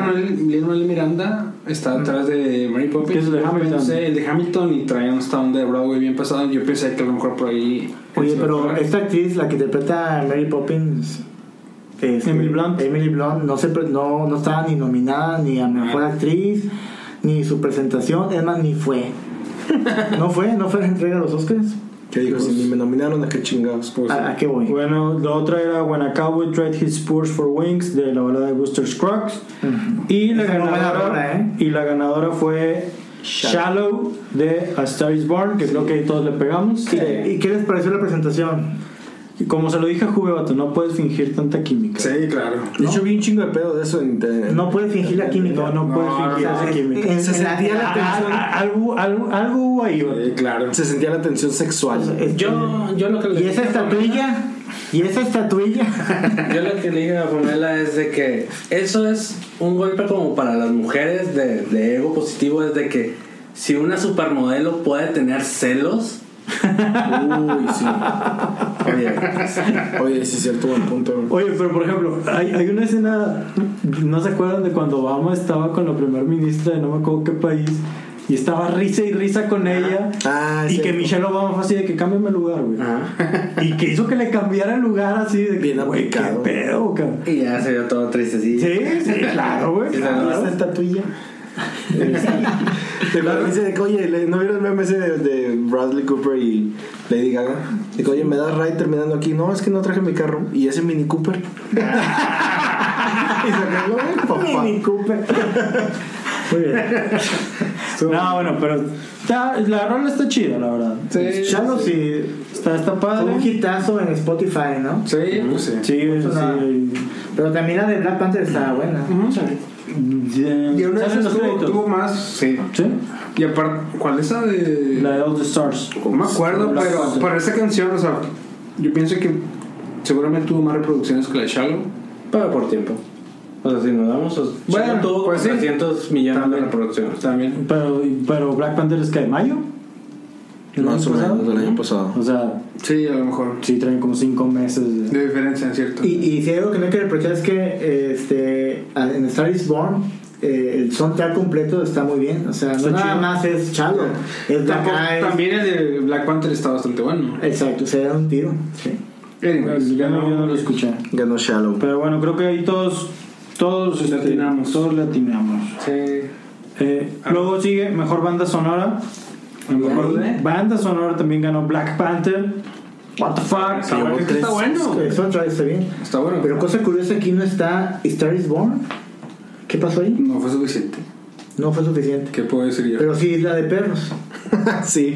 S3: Manuel, Miranda está detrás de Mary Poppins.
S1: Que es el de
S3: Yo
S1: Hamilton.
S3: pensé- el de Hamilton y traía un stand de Broadway bien pasado. Yo pensé que a lo mejor por ahí.
S4: Oye, pero
S3: Esta
S4: esta actriz, la que interpreta a Mary Poppins. este,
S1: Emily Blunt.
S4: Emily Blunt, no, se, pre- no, no estaba ni nominada ni a mejor actriz, ni su presentación, es más, ni fue. No fue, no fue la entrega de los Oscars.
S5: Que dijo, si ni me nominaron, ¿a qué chingados? Pues,
S3: Ah,
S4: ¿A, a qué voy?
S1: Bueno, la otra era When a Cowboy Tried His Spurs for Wings de la balada de Buster Scruggs. Y la
S4: Esa no
S1: ganadora
S4: buena rola, ¿eh?
S1: y la ganadora fue Shallow de A Star Is Born, que creo que ahí todos le pegamos.
S4: ¿Y qué les pareció la presentación?
S1: Y como se lo dije a Juve, vato, no puedes fingir tanta química.
S5: sí, claro. De hecho, vi un chingo de pedo de eso en internet.
S4: No puedes fingir la química.
S1: No, no, puedes
S4: O
S1: fingir
S4: sea,
S1: esa
S4: en-
S1: química.
S4: en-
S5: Se
S4: en la-
S5: sentía la
S4: a-
S1: Ah,
S5: tensión.
S1: ah, algo, algo, algo hubo ahí, vato.
S5: Sí, claro. Se sentía la tensión
S4: a-
S5: sexual.
S4: este,
S6: Yo, yo lo que le
S4: ¿Y
S6: dije
S4: esa
S6: a
S4: estatuilla? ¿Y esa estatuilla?
S2: Yo lo que le dije a Pamela es de que eso es un golpe como para las mujeres de, de ego positivo, es de que si una supermodelo puede tener celos,
S5: Uy,
S3: [laughs]
S5: sí.
S2: oye,
S5: Oye, sí, es cierto, buen punto. güey.
S1: Oye, pero por ejemplo, hay, hay una escena, ¿no se acuerdan de cuando Obama estaba con la primer ministra de no me acuerdo qué país? Y estaba risa y risa con ella.
S5: Ah,
S1: y
S5: es
S1: que
S5: cierto. Ah.
S1: Michelle Obama fue así de que cámbiame el lugar, güey. Y que hizo que le cambiara el lugar así de que,
S5: Bien
S1: güey, qué
S5: aplicado.
S1: pedo, cabrón.
S2: y ya se vio todo triste, sí.
S1: Sí, sí, claro, güey. claro.
S5: ¿Y esa estatuilla? Te acuerdas, dice de que, oye, le- ¿no vieron el meme ese de, de Bradley Cooper y Lady Gaga? Digo, oye, me das ride terminando aquí. No, es que no traje mi carro. Y ese Mini Cooper. y sacarlo, eh, papá.
S4: Mini Cooper.
S1: Muy
S5: [laughs]
S1: bien. No, bueno, pero está- la rola está chida, la verdad. Pues,
S4: Chalo, sí.
S1: Está, está
S4: Fue
S1: padre.
S4: un hitazo en Spotify, ¿no?
S3: Sí, pues sí.
S1: Sí,
S4: Suena-
S1: sí.
S4: Pero también la de Black Panther estaba buena.
S1: Yeah.
S3: Y una de
S1: ¿Salen
S3: esas
S1: los
S3: tuvo,
S1: créditos?
S3: tuvo más. Sí.
S1: ¿Sí?
S3: Y aparte, ¿cuál es esa de.?
S1: La de All the Stars.
S3: No me acuerdo,
S1: Black
S3: pero
S1: Panther.
S3: para esa canción, o sea, yo pienso que seguramente tuvo más reproducciones que la de Shallow.
S2: Pero por tiempo. O sea, si nos damos, o-
S3: Bueno,
S2: Shallow tuvo
S3: pues sí.
S2: 300 millones
S3: También.
S2: de reproducciones.
S3: También.
S1: Pero, pero Black Panther es que de mayo. ¿El
S5: Más o
S1: año
S5: menos,
S1: pasado?
S5: del año pasado.
S1: O sea,
S3: Sí, a lo mejor.
S1: sí traen como cinco meses. de-
S3: De diferencia, es cierto.
S4: Y, y si hay algo que no hay que reprochar es que eh, este, a- en Star is Born eh, el soundtrack completo está muy bien. O sea, no
S1: Está
S4: nada
S1: chido.
S4: más es Chalo. Es de
S3: Tampoco-
S4: acá, es-
S3: También el de Black Panther está bastante bueno.
S4: Exacto, se da un tiro. Sí.
S3: Anyways,
S1: Pues, Yo no, yo no lo escuché.
S5: Ganó Shallow.
S1: Pero bueno, creo que ahí todos. Todos este,
S3: atinamos.
S1: Todos le atinamos.
S2: Sí.
S1: Eh,
S4: Ah.
S1: luego sigue Mejor Banda Sonora. La Mejor
S2: Ahí, ¿eh?
S1: Banda Sonora también ganó Black Panther. What the fuck.
S3: Está bueno,
S5: tres
S3: está bueno.
S4: El soundtrack está bien.
S3: Está bueno.
S4: Pero cosa curiosa, aquí no está Star is Born. ¿Qué pasó ahí?
S3: no fue suficiente.
S4: No fue suficiente.
S3: ¿Qué puedo decir yo?
S4: Pero sí, la de perros.
S1: [laughs]
S5: sí.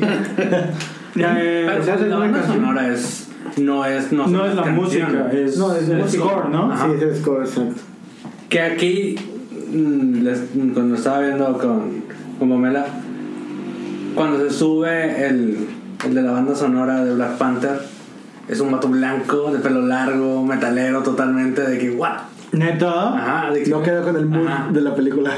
S1: Eh,
S2: Pero
S4: se hace
S2: la
S4: una
S2: banda
S4: canción.
S2: sonora es. No es. No, son
S1: no
S2: las
S1: es la
S2: canciones.
S1: música, es,
S4: No, es
S1: el
S4: música. Ah,
S1: score, ¿no?
S2: Ajá.
S4: Sí, es el score, exacto.
S2: Que aquí, mm, les- cuando estaba viendo con, con Pamela, cuando se sube el, el de la banda sonora de Black Panther, es un vato blanco, de pelo largo, metalero totalmente, de que, what?
S1: Neta.
S2: Ajá, de que-
S5: No quedó con el mood
S2: Ajá.
S5: de la película.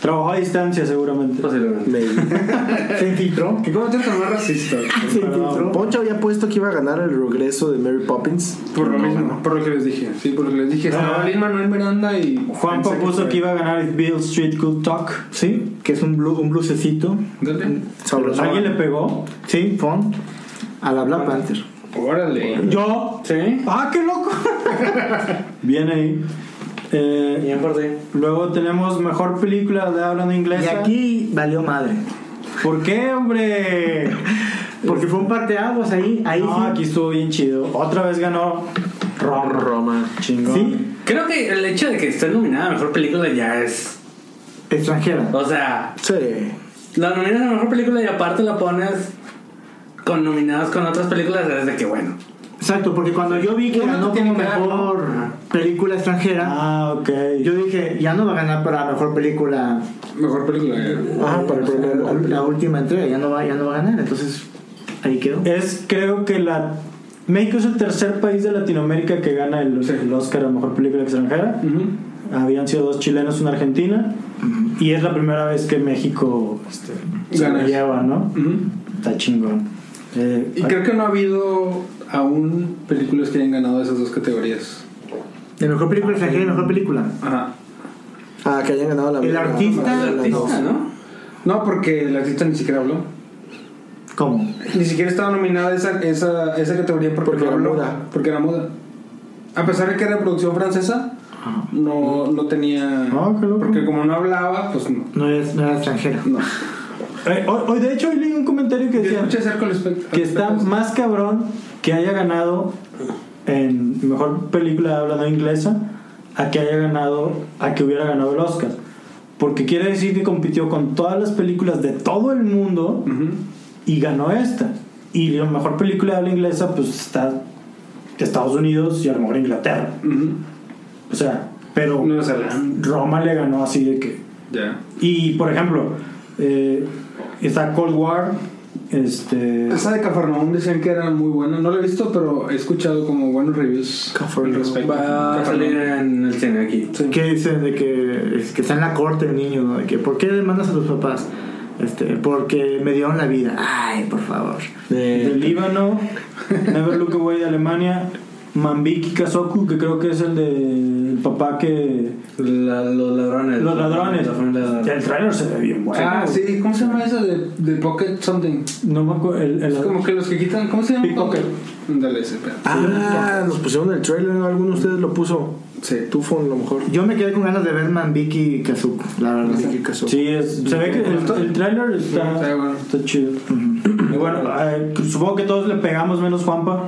S1: Trabajó a distancia seguramente.
S2: Posiblemente.
S5: Maybe.
S4: Se infiltró.
S2: ¿Qué cómo te más racista?
S4: Se infiltró.
S5: Poncho había puesto que iba a ganar el regreso de Mary Poppins.
S3: Por lo
S5: No,
S3: mismo,
S5: ganó.
S3: por lo que les dije. Sí, por lo que les dije. Estaba Lin Manuel Miranda y.
S1: Juanpa
S3: pensé
S1: puso
S3: fue-
S1: que iba a ganar If Bill Street Could Talk.
S4: Sí, que es un, blu- un blusecito.
S3: Dale.
S5: Sabroso.
S1: ¿Alguien le pegó?
S4: Sí, font. A la Black Panther.
S3: Órale.
S1: Yo.
S2: Sí.
S1: ¡Ah, qué [laughs] loco! Bien ahí. Eh,
S2: Bien por ti.
S1: luego tenemos mejor película de hablando inglés.
S4: Y aquí valió madre.
S1: ¿Por qué, hombre?
S4: Porque fue un parteaguas ahí. Ahí
S1: No,
S4: sí.
S1: aquí estuvo bien chido. Otra vez ganó Roma.
S5: Roma.
S1: Chingón.
S4: Sí,
S2: Creo que el hecho de que esté nominada a mejor película ya es.
S4: extranjera.
S2: O sea,
S5: Sí.
S2: la nominas a mejor película y aparte la pones con nominadas con otras películas, es de que bueno.
S4: Exacto, porque cuando yo vi que
S2: Uno
S4: ganó
S2: tiene
S4: como
S2: que ganar,
S4: mejor película extranjera,
S1: Ah, ok.
S4: yo dije, ya no va a ganar para mejor película.
S3: Mejor película. eh.
S5: Ajá,
S4: eh,
S5: para el
S4: o sea,
S5: primer-
S4: la, la última entrega, ya no, va, ya no va a ganar. Entonces, ahí quedó.
S1: Es, creo que la. México es el tercer país de Latinoamérica que gana el, el Oscar a mejor película extranjera. Habían sido dos chilenos, una argentina. Y es la primera vez que México este, se lo
S3: Gana.
S1: lleva, ¿no?
S3: Ujú.
S1: Está chingón. Eh,
S3: Y creo que no ha habido aún películas que hayan ganado esas dos categorías.
S4: De mejor película extranjera y mejor película.
S3: Ajá.
S5: Ah, que hayan ganado la
S4: El artista-
S5: la-
S2: El
S5: la-
S2: artista,
S5: no.
S2: ¿no?
S3: No, porque el artista ni siquiera habló.
S4: ¿Cómo?
S3: Ni siquiera estaba nominada esa, esa, esa categoría porque,
S5: Porque
S3: no
S5: era
S3: habló,
S5: muda.
S3: Porque era muda. A pesar de que era producción francesa, no, no tenía.
S1: Ah, qué loco.
S3: porque como no hablaba, pues no.
S4: No era, no era extranjera.
S3: no.
S1: eh, hoy, hoy, de hecho, hoy leí un comentario que
S3: Yo
S1: decía
S3: escuché acerca al espect-
S1: que está
S3: al-
S1: más cabrón que haya ganado en mejor película hablando inglesa a que haya ganado a que hubiera ganado el Oscar porque quiere decir que compitió con todas las películas de todo el mundo
S3: Ujú.
S1: y ganó esta y la mejor película de habla inglesa pues está Estados Unidos y a lo mejor Inglaterra
S3: Ujú.
S1: o sea pero
S3: Nueva Zelanda.
S1: Roma le ganó así de que
S3: Ya.
S1: y por ejemplo eh, está Cold War este
S3: Esa de Cafarnaúm decían que era muy buena. No la he visto, pero he escuchado como buenos reviews
S5: Cafarnaúm.
S3: al respecto.
S2: Va a salir
S3: Cafarnaúm.
S2: en el cine aquí.
S4: ¿Qué dicen de que, es que está en la corte el niño? ¿no? De que, ¿Por qué demandas a tus papás? Este, porque me dieron la vida. Ay, por favor.
S1: de
S5: De-
S1: Líbano, Never Look Away de Alemania, Mambiki Kazoku, que creo que es el de el papá que.
S2: La- los ladrones.
S1: Los ladrones.
S2: La familia de ladrones.
S1: El trailer se ve bien bueno.
S3: Ah, sí. ¿Cómo se llama esa de, de Pocket Something?
S1: No me acuerdo. El, el-
S3: Es como que los que quitan. ¿Cómo se llama?
S1: Pickpocket.
S3: Ándale, ese pedo.
S5: Ah, nos pusieron el trailer, alguno de ustedes lo puso.
S3: Sí.
S5: Tufo, a lo mejor.
S4: Yo me quedé con ganas de ver Mambiki y Kazuko, la verdad.
S5: Vicky Casó.
S1: Sí, es- se ve que el, el trailer está,
S3: Está bueno.
S1: está chido. Y bueno, eh, supongo que todos le pegamos menos Juanpa.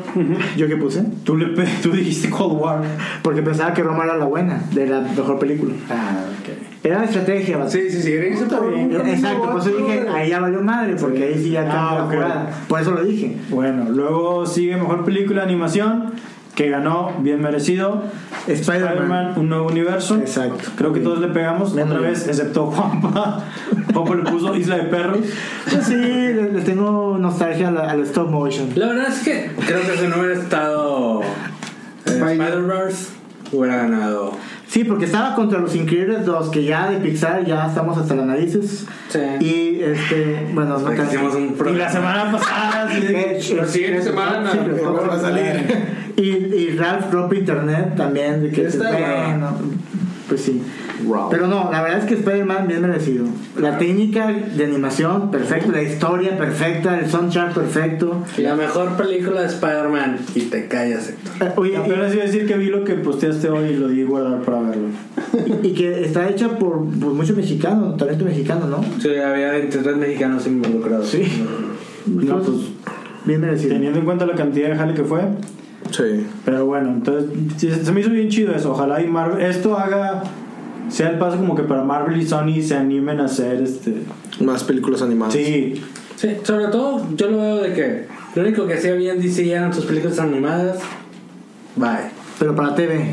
S4: ¿Yo qué puse?
S1: Tú, le pe- tú dijiste Cold War.
S4: Porque pensaba que Roma era la buena, de la mejor película.
S1: Ah, ok.
S4: Era estrategia, vato.
S3: Sí, sí, sí. Era ese por un camino
S4: Exacto,
S3: u
S4: por eso
S3: otro,
S4: dije,
S3: güey.
S4: ahí ya valió madre, porque ahí sí ya
S1: Ah,
S4: cambió la
S1: ok.
S4: jugada. Por eso lo dije.
S1: Bueno, luego sigue Mejor Película de Animación, que ganó, bien merecido.
S4: Spider-Man.
S1: Spider-Man, un nuevo universo.
S4: Exacto.
S1: Creo que todos le pegamos
S4: Menos
S1: otra
S4: yo.
S1: vez, excepto [laughs] Juanpa. Juanpa le puso Isla de Perros.
S4: Yo sí, le, le tengo nostalgia al, al stop motion.
S2: La verdad es que creo que si no hubiera estado eh, Spider-Verse, hubiera ganado.
S4: Sí, porque estaba contra los Increíbles 2, que ya de Pixar ya estamos hasta las narices.
S2: Sí.
S4: Y este, bueno, no
S2: Porque hicimos un
S1: Y la
S2: programa.
S1: semana pasada,
S4: [laughs]
S1: sí, de que-
S4: La
S3: siguiente semana,
S5: no va a salir.
S4: Y, y Ralph rompe internet también. De que
S3: Está
S4: dices,
S3: bueno.
S4: bueno, pues sí.
S5: Wow.
S4: Pero no, la verdad es que Spider-Man bien merecido. La técnica de animación perfecta, la historia perfecta, el soundtrack perfecto.
S2: La mejor película de Spider-Man. Y te callas, Héctor.
S4: Eh, Oye,
S1: Yo les iba a decir que vi lo que posteaste hoy y lo di guardar para verlo.
S4: y, y que está hecha por, por muchos mexicanos, talento mexicano, ¿no?
S2: Sí, había 23 mexicanos involucrados.
S4: Sí.
S1: No, pues,
S4: Entonces, bien merecido.
S1: teniendo en cuenta la cantidad de jale que fue.
S5: Sí.
S1: Pero bueno, entonces sí, se me hizo bien chido eso. Ojalá y Marvel, esto haga, sea el paso como que para Marvel y Sony se animen a hacer este.
S5: Más películas
S4: Ah,
S5: animadas.
S1: Sí,
S2: Sí, sobre todo yo lo veo de que lo único que hacía bien DC eran sus películas animadas. Bye.
S4: Pero para TV.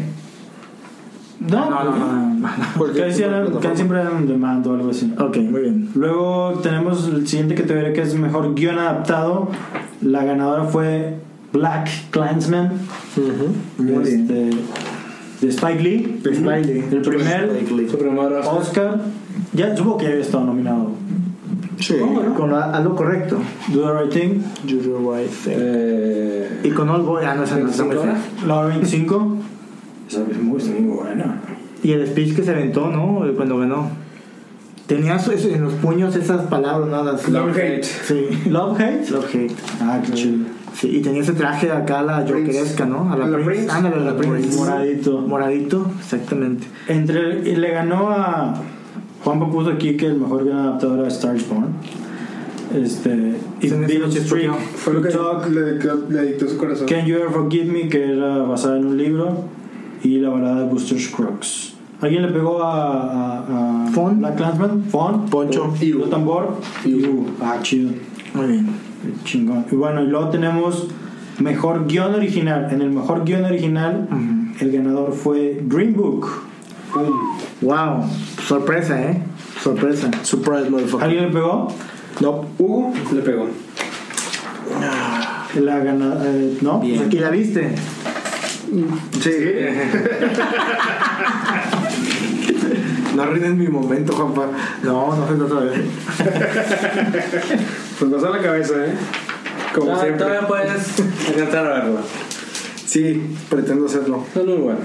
S1: no,
S4: no, no, no, no, no.
S5: Porque
S1: Casi, eran- casi siempre eran de mando o algo así.
S4: Ok, muy bien.
S1: Luego tenemos el siguiente categoría que es mejor guión adaptado. La ganadora fue Black Clansman.
S5: Ujú.
S4: Muy bien.
S1: Este, de Spike Lee.
S4: De Spike Lee.
S1: El primer
S5: Spike Lee.
S2: Su primera
S1: Oscar. Ya supongo que ya había estado nominado.
S5: Sí.
S4: Con la- haz lo correcto.
S1: Do the Right Thing.
S5: You do right thing.
S2: Eh,
S4: Y con All Boy, ah, no, esa no esa fue
S2: ¿Cinco
S4: fea.
S2: horas?
S1: La hora 25. Esa es muy, está muy buena.
S4: Y el speech que se aventó, ¿no? Eh, Cuando ganó. Tenía su- eso- en los puños esas palabras, nada. así.
S2: Love Hate.
S4: Sí.
S1: Love Hate.
S4: Love Hate.
S1: Ah, qué chido.
S4: Sí, y tenía ese traje acá, la jokeresca, ¿no? A la, Prince. Ándale, a la Prince.
S1: Moradito.
S4: Moradito, exactamente.
S1: Entre, y le ganó a Juan puso aquí que el mejor gran adaptador era Star is Born. Este, y
S4: Se me
S1: Beale
S4: hace
S1: Streak,
S3: Fue lo que
S1: Talk,
S3: le, dictó- le dictó su corazón.
S1: Can You Ever Forgive Me, que era basada en un libro, y la balada de Buster Scruggs. ¿Alguien le pegó a, a, a
S4: Fon.
S1: Black Clansman? Fon.
S5: Poncho.
S1: Y tambor. Y Ah, chido.
S4: Muy bien.
S1: Chingón. Y bueno, y luego tenemos mejor guión original. En el mejor guión original, el ganador fue Green Book.
S4: Wow, sorpresa, ¿eh? Sorpresa.
S5: Surprise, motherfucker.
S1: ¿Alguien le pegó?
S5: No.
S3: Hugo le pegó.
S1: La gana, eh, ¿No?
S4: ¿Y la viste?
S5: No arruines mi momento, Juanpa.
S4: No, no sé todavía.
S3: Pues vas a la cabeza, ¿eh? Como
S2: todavía-
S3: siempre.
S2: Ah, Todavía puedes intentar verla.
S5: Sí, pretendo hacerlo.
S2: Es muy bueno.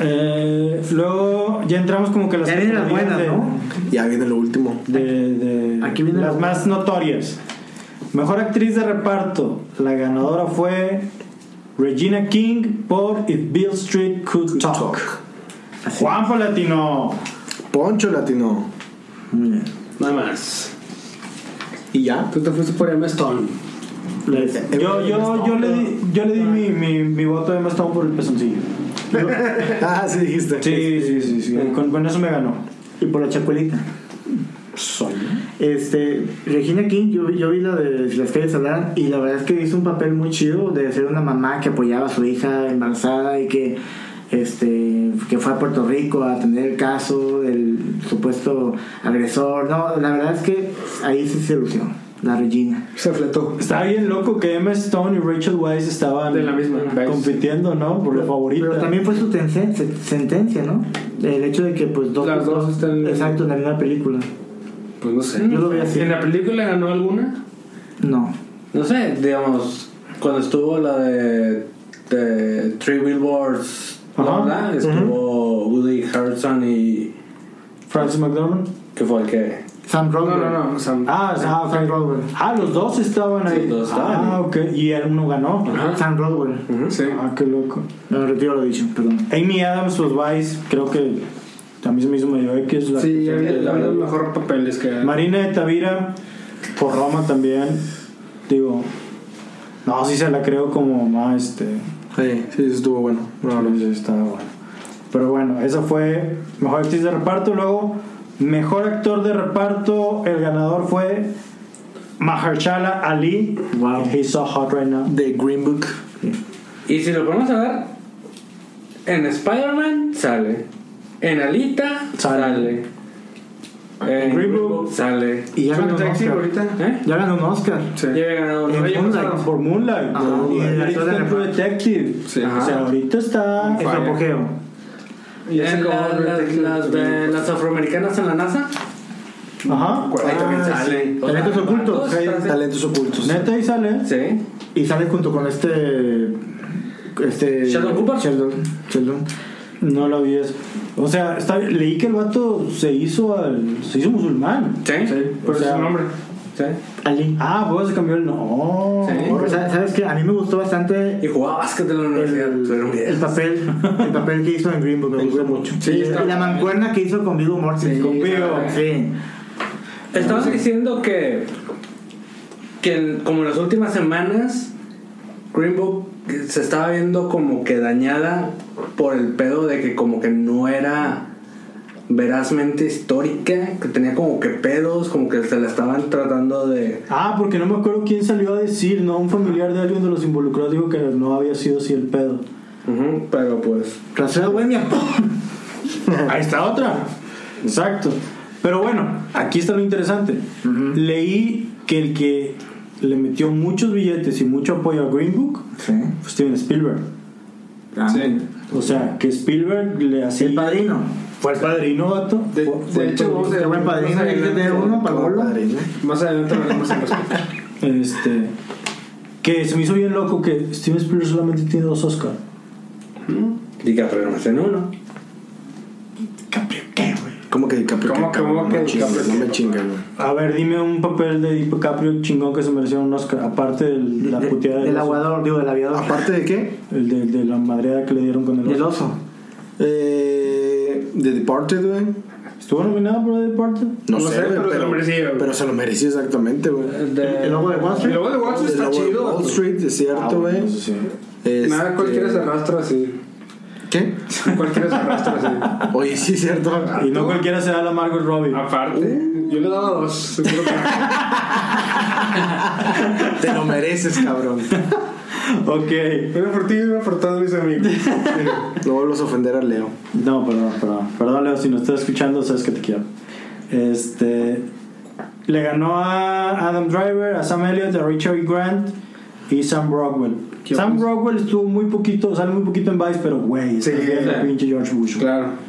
S1: Eh, luego ya entramos como que a las
S4: Ya vienen las
S1: categorías
S4: buenas,
S1: de-
S4: ¿no?
S5: Ya viene lo último.
S1: de, de
S4: Aquí viene
S1: las
S4: la-
S1: más notorias. Mejor actriz de reparto. La ganadora fue Regina King por If Bill Street Could Talk.
S4: Así.
S1: Juanpa Latino.
S5: Poncho latino.
S4: Muy bien.
S3: Nada más.
S5: Y ya.
S3: Tú te fuiste por M. Stone.
S1: Yo, yo, yo le di, yo le di mi, mi, mi voto de Mastón por el pezoncillo.
S5: [laughs] Ah, sí dijiste.
S1: Sí, sí, sí. sí. eh, Con, con eso me ganó.
S4: Y por la chacuelita.
S1: Soy.
S4: Este, Regina King, yo, vi- yo vi la de Si las calles hablaran y la verdad es que hizo un papel muy chido de ser una mamá que apoyaba a su hija embarazada y que este que fue a Puerto Rico a atender el caso del supuesto agresor. No, la verdad es que ahí sí se lució la Regina.
S3: Se fletó.
S1: Está bien loco que Emma Stone y Rachel Weisz estaban
S3: De la misma.
S1: compitiendo, ¿no? Por la favorita.
S4: Pero también fue su ten- sen- sentencia, ¿no? El hecho de que pues dos
S3: Las dos están-
S4: exacto en la misma película.
S3: Pues no sé.
S4: Yo lo veo así.
S3: ¿En la película ganó alguna?
S4: No.
S2: No sé, digamos, cuando estuvo la de, de Three Billboards, bla,
S1: Ajá.
S2: bla, estuvo Woody Harrelson y.
S1: Francis McDormand.
S2: que fue el que?
S4: Sam
S3: No,
S4: Rockwell.
S3: no, no. o sea,
S1: Ah, ah,
S4: Sam
S1: ok.
S4: Rockwell.
S1: Ah, los dos estaban ahí.
S2: los dos estaban.
S1: Ah, ok. Y el uno ganó.
S4: Sam Rockwell.
S3: Sí.
S1: Ah, qué loco.
S4: No, retiro lo dicho, perdón.
S1: Amy Adams, los Vice, creo que también se me hizo medio X. La
S3: Sí,
S1: actuación de
S3: la
S1: la-
S3: verdad, mejor papeles que.
S1: Marina de Tavira, por Roma también. Digo, no, sí se la creo como más este.
S5: Sí, sí, eso estuvo bueno.
S1: No, no, sí, estaba bueno. Pero bueno, esa fue mejor actriz de reparto. Luego, mejor actor de reparto, el ganador fue Mahershala Ali.
S4: Wow.
S1: He's so hot right now.
S5: De Green Book.
S2: Y si lo ponemos a ver, en Spider-Man sale, en Alita
S1: Sale.
S2: sale, en
S1: Green
S2: Green
S1: Book.
S2: Book sale.
S4: Y ya ganó un
S3: taxi
S4: Oscar.
S3: ahorita?
S2: ¿Eh?
S4: Ya ganó un Oscar.
S3: Sí.
S2: Ya había ganado pues, un
S4: En
S2: Rey
S4: Moonlight.
S2: Oscar.
S1: Por Moonlight.
S4: Ajá, y el actor de
S1: True
S4: reparto.
S1: Detective.
S3: Sí.
S1: O sea, ahorita está.
S4: En su
S3: Vaya.
S4: apogeo.
S3: Y ese
S2: En
S3: como
S2: la-
S3: Robert
S2: las,
S3: Downey
S2: las de las afroamericanas en la NASA.
S1: Ajá.
S2: Ahí
S3: Ah,
S2: también
S4: sí. Talentos ocultos.
S5: Talentos ocultos.
S1: Neta ahí sale.
S2: Sí.
S4: Y sale junto con este. Este.
S2: Sheldon Cooper.
S4: Sheldon. Sheldon.
S1: No lo vi eso. O sea, está, bien. leí que el vato se hizo al, se hizo musulmán.
S2: Sí.
S3: Sí, por
S1: O sea,
S3: su nombre.
S2: Sí.
S4: Ali.
S1: Ah, pues se cambió el no.
S2: Sí.
S3: Ah.
S4: Porque, sa- ¿Sabes qué? A mí me gustó bastante
S2: Y "Ah, jugaba básquet en la universidad. Pero
S4: el, el
S2: bien.
S4: papel el papel que hizo en Green Book. Me gustó mucho.
S3: Sí,
S4: y,
S3: está-
S4: y la mancuerna que hizo con Vigo Mortensen.
S3: Sí,
S4: con
S1: Viggo.
S4: Sí.
S2: Estamos diciendo que, que en- como en las últimas semanas, Green Book se estaba viendo como que dañada por el pedo de que como que no era verazmente histórica, que tenía como que pedos, como que se la estaban tratando de...
S1: Ah, porque no me acuerdo quién salió a decir, ¿no? Un familiar de alguien de los involucrados dijo que no había sido así el pedo.
S2: Ujú, pero pues...
S4: Rafael Bohemia. [laughs]
S1: Ahí está otra. Exacto. Pero bueno, aquí está lo interesante. Leí que el que le metió muchos billetes y mucho apoyo a Green Book
S4: Sí.
S1: fue Steven Spielberg.
S4: Ah,
S3: Sí.
S1: O sea, que Spielberg le hacía.
S4: El padrino.
S1: Fue el padrino, vato.
S3: De,
S1: Fue-
S3: de
S1: fue el
S3: hecho, vamos a
S4: Qué buen padrino.
S3: más
S4: Hay que tener
S3: adelante-
S4: uno para Pablo.
S3: Más adelante hablamos al respecto.
S1: Este. Que se me hizo bien loco que Steven Spielberg solamente tiene dos Oscar.
S2: DiCaprio nomás pues, en uno.
S5: ¿Cómo que DiCaprio?
S3: ¿Cómo-
S5: cabrón?
S3: cómo que
S5: no, chingues,
S3: DiCaprio?
S5: no me chingues, güey.
S1: A ver, dime un papel de DiCaprio chingón que se mereció un Oscar. Aparte de la
S4: De-
S1: puteada
S4: del
S1: oso.
S4: aguador, digo, del aviador.
S5: ¿Aparte de qué?
S1: El de, de la madreada que le dieron con el
S4: Del
S1: oso.
S4: oso.
S5: Eh, ¿De Departed, güey?
S1: ¿Estuvo nominado por The Departed?
S5: No,
S3: No
S5: sé,
S3: sé,
S5: güey,
S3: pero se lo merecía, güey.
S5: Pero se lo merecía exactamente, güey.
S4: El lobo de Wall Street.
S3: El logo de [laughs] Wall Street
S5: El
S3: está
S5: lobo de
S3: chido.
S5: Wall
S3: vato.
S5: Street, es
S1: Ah,
S5: cierto, güey. Este-
S3: Nada, cualquiera se arrastra [laughs] así.
S5: ¿Qué?
S3: Cualquiera se arrastra así.
S5: Oye, sí, es cierto.
S3: Ah,
S1: Y no cualquiera se da la Margot Robbie.
S3: Aparte, yo le daba dos. seguro que-
S5: Te lo mereces, cabrón.
S1: [laughs] Ok.
S3: Una por ti y una por todos mis amigos.
S5: No vuelvas a ofender a Leo.
S1: [laughs] No, perdón, perdón. Perdón, Leo, si nos estás escuchando, sabes que te quiero. Este. Le ganó a Adam Driver, a Sam Elliott, a Richard Grant y Sam Rockwell.
S3: ¿Qué
S1: Sam
S3: opinas?
S1: Rockwell estuvo muy poquito, sale muy poquito en Vice, pero güey,
S3: Sí,
S1: está bien
S3: claro.
S1: pinche George Bush. güey.
S3: [laughs] [laughs]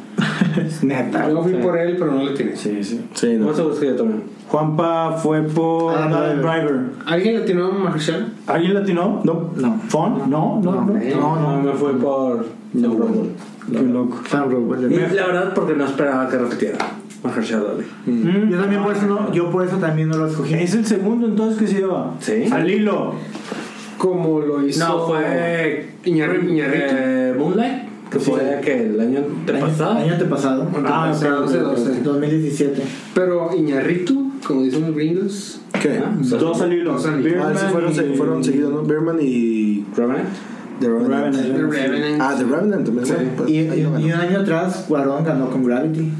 S3: Claro.
S1: Neta.
S3: Yo fui
S1: Sí.
S3: por él, pero no le tienes.
S1: Sí, sí.
S5: Sí,
S2: No
S5: no.
S2: se busca yo también.
S1: Juanpa fue por
S4: Adam
S1: Adam
S4: Driver.
S1: Driver.
S3: ¿Alguien le tiró a Mahershala?
S1: ¿Alguien latino?
S4: No. No.
S1: ¿Fon? No, no, no.
S4: No.
S2: no, me fue por Sam Rockwell.
S1: Qué loco.
S4: Sam Rockwell.
S2: Y la verdad, porque no esperaba que repitiera Mahershala Ali.
S1: Mm.
S4: Yo también por eso no, yo por eso también no lo escogí.
S1: Es el segundo entonces que se lleva.
S2: Sí.
S1: Al hilo.
S3: Como lo hizo.
S2: No, fue
S3: Iñarri- Iñárritu.
S2: eh, Moonlight, que
S1: Sí.
S2: fue que el año antepasado.
S4: Año antepasado.
S3: Ah, ok, ok, ok, ok.
S4: 2017.
S3: Pero Iñarritu, como dicen los gringos.
S5: ¿Qué?
S2: Ah,
S1: Dos al hilo.
S3: Dos al hilo.
S5: Ah,
S1: Birdman
S5: sí fueron, se-
S1: y-
S5: fueron seguidos, ¿no? Berman y
S2: Revenant.
S5: The Revenant.
S1: Revenant.
S3: The Revenant.
S5: Ah, The Revenant también.
S3: Sí.
S5: güey, pues,
S4: Y,
S5: ahí
S4: y-
S5: lo ganó.
S4: y un año atrás, Cuarón ganó con Gravity.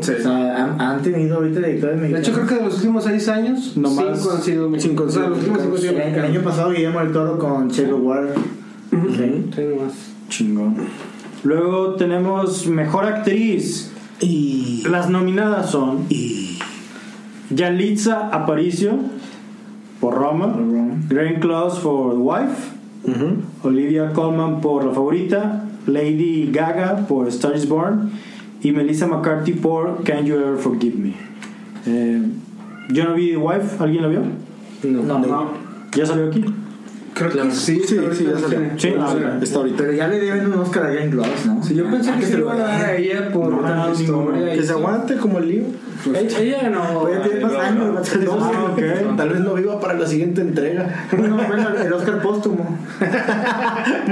S3: Sí.
S4: O sea, han, han tenido ahorita directores
S3: De
S4: mexicanos.
S3: hecho, creo que de los últimos seis años,
S1: No más.
S3: cinco han sido mexicanos. O
S5: Cinco han
S3: sea,
S5: sido
S3: los últimos cinco han sido
S4: el, el año
S3: mexicanos.
S4: pasado Guillermo del Toro con Chevy Ward. Sí.
S2: Sí, nomás.
S1: Chingón. Luego tenemos mejor actriz.
S5: Y.
S1: Las nominadas son
S5: Y.
S1: Yalitza Aparicio por Roma, Glenn Close por The Wife,
S5: Ujú.
S1: Olivia Colman por La Favorita, Lady Gaga por Star is Born y Melissa McCarthy por Can You Ever Forgive Me. Eh, yo no vi The Wife, ¿alguien la vio?
S2: No.
S4: No,
S1: ¿Ya salió aquí?
S3: Creo que sí,
S5: Sí,
S3: ahorita
S5: sí, ya
S3: no
S5: salió.
S3: tiene.
S1: Sí, ah,
S5: Está- Está ahorita.
S4: Pero ya le deben un Oscar a Glenn Close, ¿no?
S3: Sí, yo pensé Ah, que se lo iban a dar a ella por
S1: No,
S3: la
S1: no, ninguno.
S3: historia. y
S5: Que se
S3: eso.
S5: aguante como el lío.
S2: Ella, ella
S5: Ah,
S2: ganó.
S4: Oye, tiene más años, va a ser el Oscar.
S1: Ah, ok.
S5: Tal vez no viva para la
S4: [laughs]
S5: siguiente entrega.
S4: Bueno, bueno, el Oscar póstumo.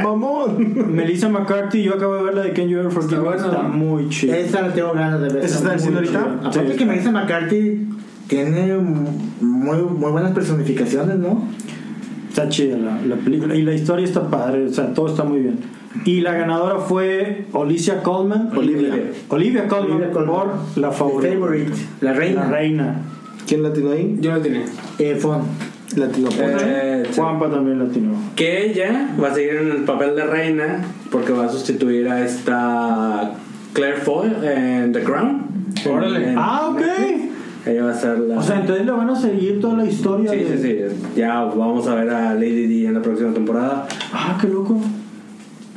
S5: Mamón.
S1: Melissa McCarthy, yo acabo de ver la de Can You Ever Forgive
S3: Está
S1: Me.
S3: buena,
S1: Está
S3: ¿no?
S1: muy chida.
S4: Esa la tengo ganas de ver.
S5: ¿Esa está en cine
S4: muy
S5: ahorita?
S4: chida. Aparte
S1: Sí.
S4: que Melissa McCarthy tiene muy, muy buenas personificaciones, ¿no?
S1: Está chida la, la película. Y la historia está padre. O sea, todo está muy bien. Y la ganadora fue Alicia Colman.
S5: Olivia.
S1: Olivia Colman,
S4: Olivia Colman.
S1: por La Favorita.
S4: The Favorite, La Reina.
S1: La Reina.
S5: ¿Quién latino ahí?
S3: Yo lo tenía.
S4: Eh, Fon.
S5: Latino Poncho.
S2: Eh, sí.
S1: Juanpa también latino.
S2: Que ella va a seguir en el papel de reina porque va a sustituir a esta Claire Foy en The Crown.
S3: Órale.
S2: En-
S1: Ah, ok.
S2: Ella va a ser la.
S1: O sea, entonces le van a seguir toda la historia.
S2: sí,
S1: de-
S2: sí, sí. Ya vamos a ver a Lady D en la próxima temporada.
S1: Ah, qué loco.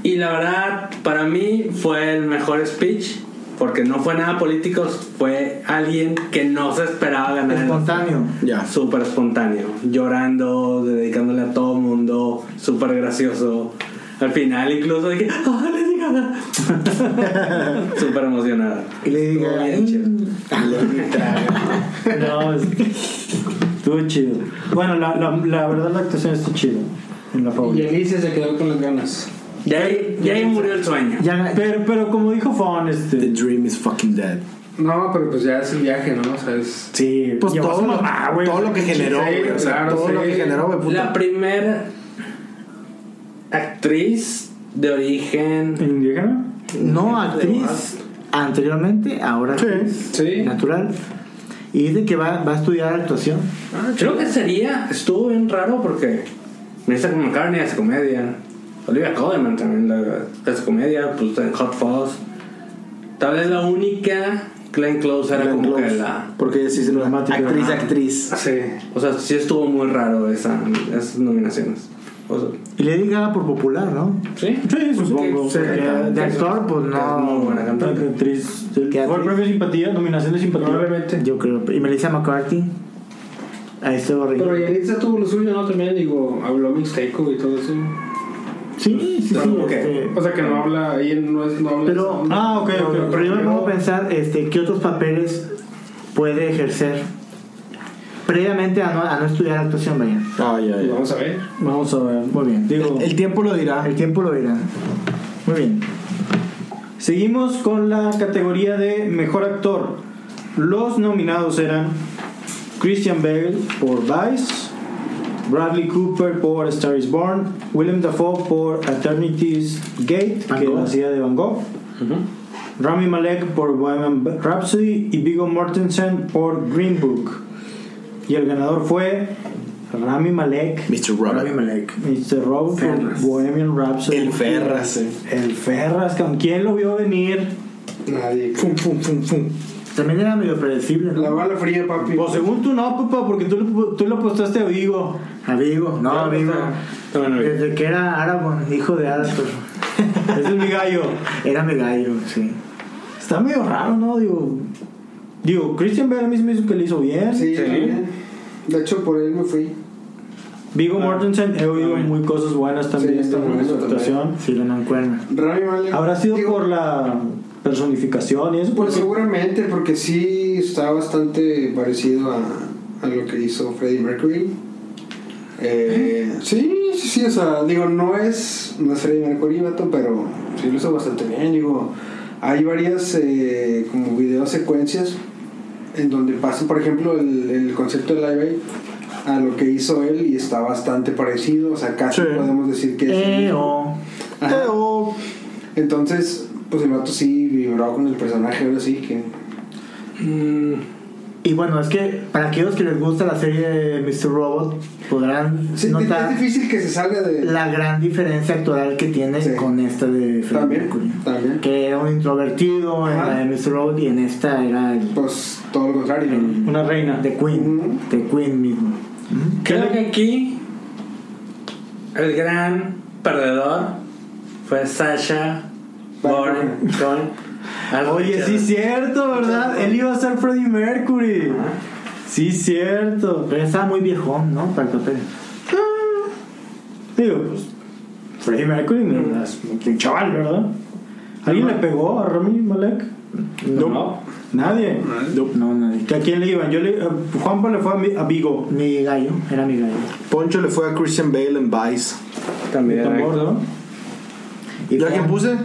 S2: Y la verdad, para mí fue el mejor speech porque no fue nada político, fue alguien que no se esperaba ganar. el
S4: Espontáneo.
S5: Ya.
S2: súper espontáneo, llorando, dedicándole a todo el mundo, súper gracioso. Al final incluso dije, ¡ah, Lady Gaga!
S4: [laughs]
S2: súper emocionada.
S4: Y le diga, "Mm".
S2: Estuvo bien chido.
S5: Mm.
S1: No, es- estuvo chido. Bueno, la, la, la verdad la actuación está chida. En La
S3: Y
S1: Favorita.
S3: Alicia se quedó con las ganas.
S2: Y ahí, y ahí murió el sueño.
S4: Ya,
S1: Pero, pero como dijo Fon,
S5: The
S1: este...
S5: dream is fucking dead.
S3: No, pero pues ya es el viaje, ¿no? O sea, es.
S1: Sí,
S5: Pues
S1: llevó a
S5: todo,
S1: su
S5: lo,
S1: mamá, güey.
S5: todo lo que generó,
S3: Sí,
S5: güey. o sea,
S3: claro,
S5: todo lo
S3: sí.
S5: que generó, güey, puta.
S2: La primera actriz de origen...
S1: ¿Indígena?
S4: no actriz anteriormente, ahora actriz
S3: Sí.
S4: natural. Y dice que va, va a estudiar actuación.
S2: Ah, Creo que sería, estuvo bien raro porque Melissa McCartney hace comedia, Olivia Colman también la- hace comedia, pues en Hot Fuzz. Tal vez la única Glenn Close era
S5: Glenn
S2: como
S5: Close.
S2: que la.
S5: Porque sí es una
S1: Dramática.
S5: actriz,
S1: Ajá.
S5: actriz.
S3: Sí.
S2: O sea, sí estuvo muy raro esa, esas nominaciones. O sea,
S4: Y le diga por popular, ¿no?
S2: ¿Sí?
S1: Sí, supongo.
S4: Sí, de- de actor, pues, no.
S2: Es muy buena
S1: La
S2: cantante.
S1: actriz.
S4: ¿Qué
S1: Fue el
S4: actriz?
S1: premio simpatía, nominación de simpatía.
S3: Probablemente.
S4: Yo creo. Y Melissa McCarthy. Ahí estuvo
S3: Pero
S4: horrible.
S3: Yalitza tuvo lo suyo, ¿no? También, digo, habló mixteco y todo eso.
S4: Sí, sí, sí.
S3: Pero,
S4: este,
S3: O sea, que no habla, ella no, es, no habla.
S4: Pero-
S1: Ah, ok,
S4: pero,
S1: ok.
S4: pero yo me pongo a pensar este, qué otros papeles puede ejercer previamente a no, a no estudiar actuación, vaya.
S5: Ah, ya, ya.
S3: Vamos a ver.
S1: Vamos a ver.
S4: Muy bien.
S1: Digo,
S5: El tiempo lo dirá.
S4: El tiempo lo dirá. Muy bien.
S1: seguimos con la categoría de mejor actor. Los nominados eran Christian Bale por Vice, Bradley Cooper por A Star is Born, Willem Dafoe por Eternity's Gate,
S4: Van
S1: que
S4: Gogh.
S1: lo hacía de Van Gogh, Rami Malek por Bohemian Rhapsody y Viggo Mortensen por Green Book. Y el ganador fue Rami Malek,
S5: Mr. Robert.
S1: Mr. Rowe por
S4: Ferras.
S1: Bohemian Rhapsody.
S5: El Ferras. eh.
S1: El Ferras, ¿con quién lo vio venir?
S3: Nadie.
S5: Fum, fum, fum, fum.
S4: También era medio predecible,
S3: La
S4: ¿no?
S3: bala fría, papi.
S1: Pues según tú no, papá, porque tú, le- tú lo apostaste a Vigo.
S4: A Vigo. No, a Vigo.
S2: También lo vi.
S4: Desde que era Aragorn, hijo de Aragorn.
S1: Ese es mi gallo.
S4: [laughs] era mi gallo, sí.
S1: Está medio raro, ¿no? Digo, digo Christian Bale a mí se me hizo que le hizo bien.
S3: Sí,
S2: Sí.
S3: también. De hecho, por él me fui.
S1: Vigo Mortensen, he oído muy cosas buenas también
S3: Sí, está
S1: de
S3: bueno
S1: su
S3: también.
S1: actuación.
S4: Sí, lo mancuerna.
S3: Rami Malek.
S1: Habrá sido
S3: digo,
S1: por la personificación y eso.
S3: Pues
S1: porque-
S3: seguramente, porque sí está bastante parecido a, a lo que hizo Freddie Mercury. Eh, sí, sí, sí, o sea, digo, no es, no es Freddie Mercury, vato, pero sí lo hizo bastante bien. Digo, hay varias eh, como video secuencias en donde pasa, por ejemplo, el, el concepto de Live Aid a lo que hizo él y está bastante parecido, o sea, casi
S5: Sí.
S3: podemos decir que es... el
S4: Eh,
S3: mismo.
S4: oh.
S3: Ajá.
S5: Eh, oh.
S3: Entonces, pues el vato sí vibró con el personaje, ahora sí que...
S2: Mm,
S4: Y bueno, es que para aquellos que les gusta la serie de Mr. Robot, podrán
S3: Sí,
S4: notar
S3: es difícil que se salga de.
S4: la gran diferencia actual que tiene
S3: Sí.
S4: con esta de Freddie
S3: También,
S4: Mercury.
S3: también.
S4: Que era un introvertido en
S3: Ajá.
S4: la de Mr. Robot y en esta era el
S3: Pues todo lo contrario.
S1: Una reina.
S4: The Queen,
S3: Ujú.
S4: The Queen mismo.
S2: Creo que aquí el gran perdedor fue Sasha Baron Cohen. Algo
S1: Oye,
S2: que-
S1: sí, cierto, ¿verdad? Él iba a ser Freddie Mercury. Sí, cierto.
S4: Pero estaba muy viejón, ¿no? Para el papel.
S1: Ah. Digo, pues Freddie Mercury
S3: Mm.
S1: no es un chaval, ¿verdad? ¿Alguien le pegó a Rami Malek?
S2: No.
S1: Nadie.
S4: No, nadie.
S1: ¿Que ¿A quién le iban? Yo le, a Juanpa le fue a, mi- a Vigo.
S4: Mi gallo, era mi gallo.
S5: Poncho le fue a Christian Bale en Vice.
S2: También.
S1: Tambor, ¿no?
S4: Y
S5: ¿Yo a quién
S4: Juan-
S5: puse?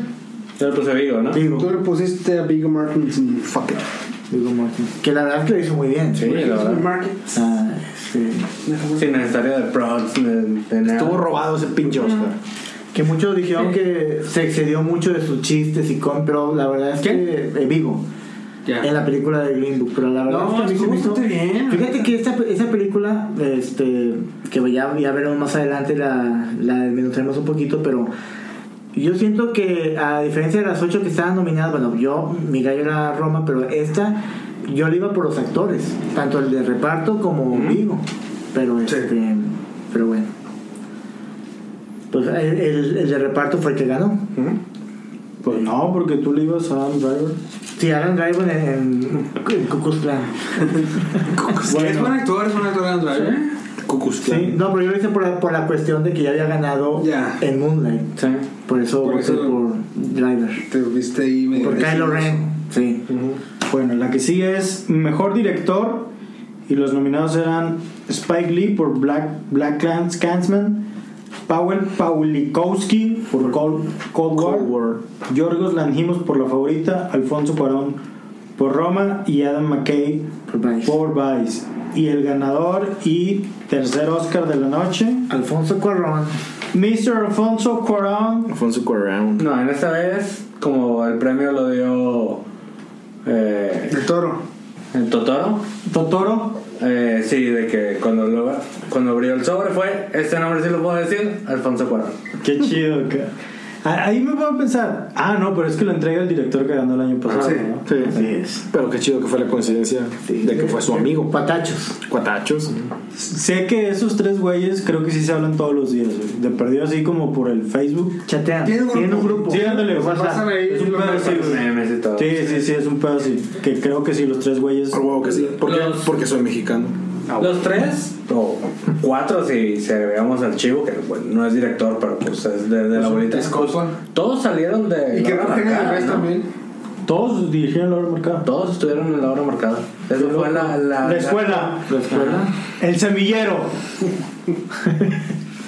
S2: Yo lo puse Vigo, ¿no?
S4: Digo,
S3: Tú le pusiste a Big Martin.
S5: Fuck it.
S4: digo Martin. Que la verdad es que lo hizo muy bien.
S2: Sí, la verdad.
S4: Ah, sí.
S2: Sin necesario de prods, de, de nada.
S5: Estuvo robado ese pinche Oscar.
S4: Que muchos dijeron que se excedió mucho de sus chistes y con, pero la verdad es que eh, Vigo. En la película de Green Book, pero la verdad
S2: No,
S4: es que a mí se
S2: estuvo
S4: me hizo-
S2: bastante bien.
S3: [laughs]
S4: Fíjate que esta, esa película, este, que ya, ya veremos más adelante, la, la desmenuzaremos un poquito, pero yo siento que a diferencia de las ocho que estaban nominadas, bueno, yo, mi gallo era Roma, pero esta, yo le iba por los actores, tanto el de reparto como Vigo, pero este, pero bueno. Pues el, el- el de reparto fue el que ganó.
S1: Pues no, porque tú le ibas a Adam Driver.
S4: Sí, Alan Driver en, en, en Ku Klux Klan.
S3: Es buen actor, es buen actor, Andrew, ¿eh?
S1: Pues
S5: Cucus Clan.
S4: Sí, no, pero yo lo hice por la, por la cuestión de que ya había ganado
S3: Ya.
S4: en Moonlight.
S2: Sí.
S4: Por eso
S3: Por
S4: voté
S3: eso-
S4: por Driver.
S3: Te viste ahí medio.
S4: Por Kylo Ren. Sí.
S1: Bueno, la que sigue es Mejor Director. Y los nominados eran Spike Lee por Black, Black Clans Kansman, Powell Paulikowski por Cold, Cold War,
S5: Cold War.
S1: Yorgos Lanhimos por La Favorita, Alfonso Cuarón por Roma y Adam McKay
S4: Por Vice.
S1: por Vice. Y el ganador y tercer Oscar de la noche,
S4: Alfonso Cuarón.
S1: Mr. Alfonso Cuarón.
S5: Alfonso Cuarón.
S2: No, en esta vez, como el premio lo dio eh,
S3: El toro.
S2: el Totoro,
S1: Totoro.
S2: eh, sí, de que cuando, lo, cuando abrió el sobre fue, este nombre sí lo puedo decir, Alfonso Cuarón.
S1: Qué chido. ca- a- ahí me puedo pensar, ah, no, pero es que lo entrega el director que ganó el año pasado.
S3: sí,
S1: ¿no?
S5: sí.
S1: Así es.
S5: Pero qué chido que fue la coincidencia de que fue su amigo.
S4: Patachos.
S5: Cuatachos.
S1: Sé que esos tres güeyes creo que sí se hablan todos los días, güey. De perdido así como por el Facebook.
S4: Chatean.
S3: Tiene un
S4: Tienen un
S3: grupo.
S4: grupo.
S1: Sí, ándale,
S3: Se pasan
S1: WhatsApp.
S3: ahí
S1: Es un
S3: los
S1: pedo así,
S3: mensajes.
S1: güey.
S2: Memes y todo.
S1: Sí, sí, sí, es un pedo así. Que creo que sí, los tres güeyes.
S5: Por huevo que sí. ¿Por qué?
S2: Los-
S5: Porque soy mexicano.
S2: Los tres, Ah, o cuatro si, si agregamos al chivo, que bueno, no es director, pero pues es de, de la bolita.
S3: es compa.
S2: Todos salieron de.
S3: Y que
S2: la hora
S3: Eugenio
S2: marcada,
S3: Derbez
S2: ¿no?
S3: también.
S1: Todos dirigieron la hora marcada.
S2: Todos estuvieron en la hora marcada. Eso fue la, la,
S1: La escuela.
S4: La escuela.
S1: El semillero.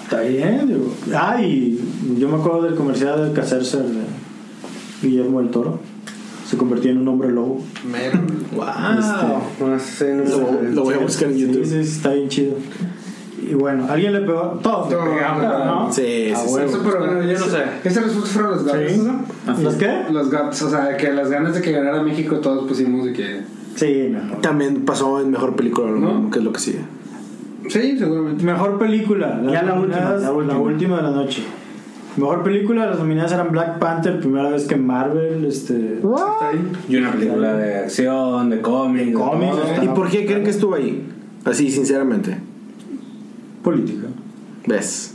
S1: Está bien, digo. Ah, y yo me acuerdo del comercial del Cacerse de Guillermo del Toro. Se convertía en un hombre lobo. Este,
S3: Mero.
S2: Wow. No sé, no sé.
S5: Lo, lo voy a buscar en
S1: Sí,
S5: YouTube.
S1: sí, sí, está bien chido. Y bueno, ¿alguien le pegó? Todos le
S3: Todos,
S1: pegamos,
S3: claro.
S1: ¿no?
S5: Sí,
S1: Ah,
S5: sí, sí.
S1: bueno.
S3: Eso, pero
S2: Bueno, yo no sé.
S3: Ese resultado fueron los gatos.
S1: Sí. ¿Los qué?
S3: Los gatos, o sea, que las ganas de que ganara México todos pusimos de que.
S1: Sí, no.
S5: También pasó en mejor película, lo
S3: ¿No?
S5: mismo, que es lo que sigue.
S3: Sí, seguramente.
S1: Mejor película. las
S4: Ya la última,
S1: nominadas,
S4: la última.
S1: de la noche. Mejor película, las nominadas eran Black Panther, primera vez que Marvel, este...
S3: Está ahí.
S2: Y una película de acción, de cómics. de
S1: cómics,
S2: todo.
S1: está-
S5: ¿Y por qué creen que estuvo ahí? Así, sinceramente.
S1: Política.
S5: ¿Ves?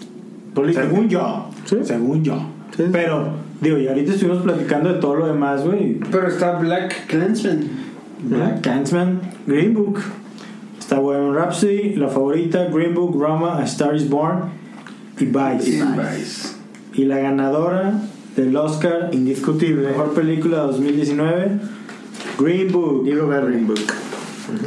S1: Según yo.
S5: Sí.
S1: Según yo.
S5: Sí.
S1: Pero, digo, y ahorita estuvimos platicando de todo lo demás, güey.
S3: Pero está Black Clansman.
S1: Black Clansman, Green Book. Está Bohemian Rhapsody, La Favorita, Green Book, Roma, A Star is Born y Vice.
S3: Sí,
S1: Y la ganadora del Oscar indiscutible, mejor película 2019, Green Book.
S4: Libro verde.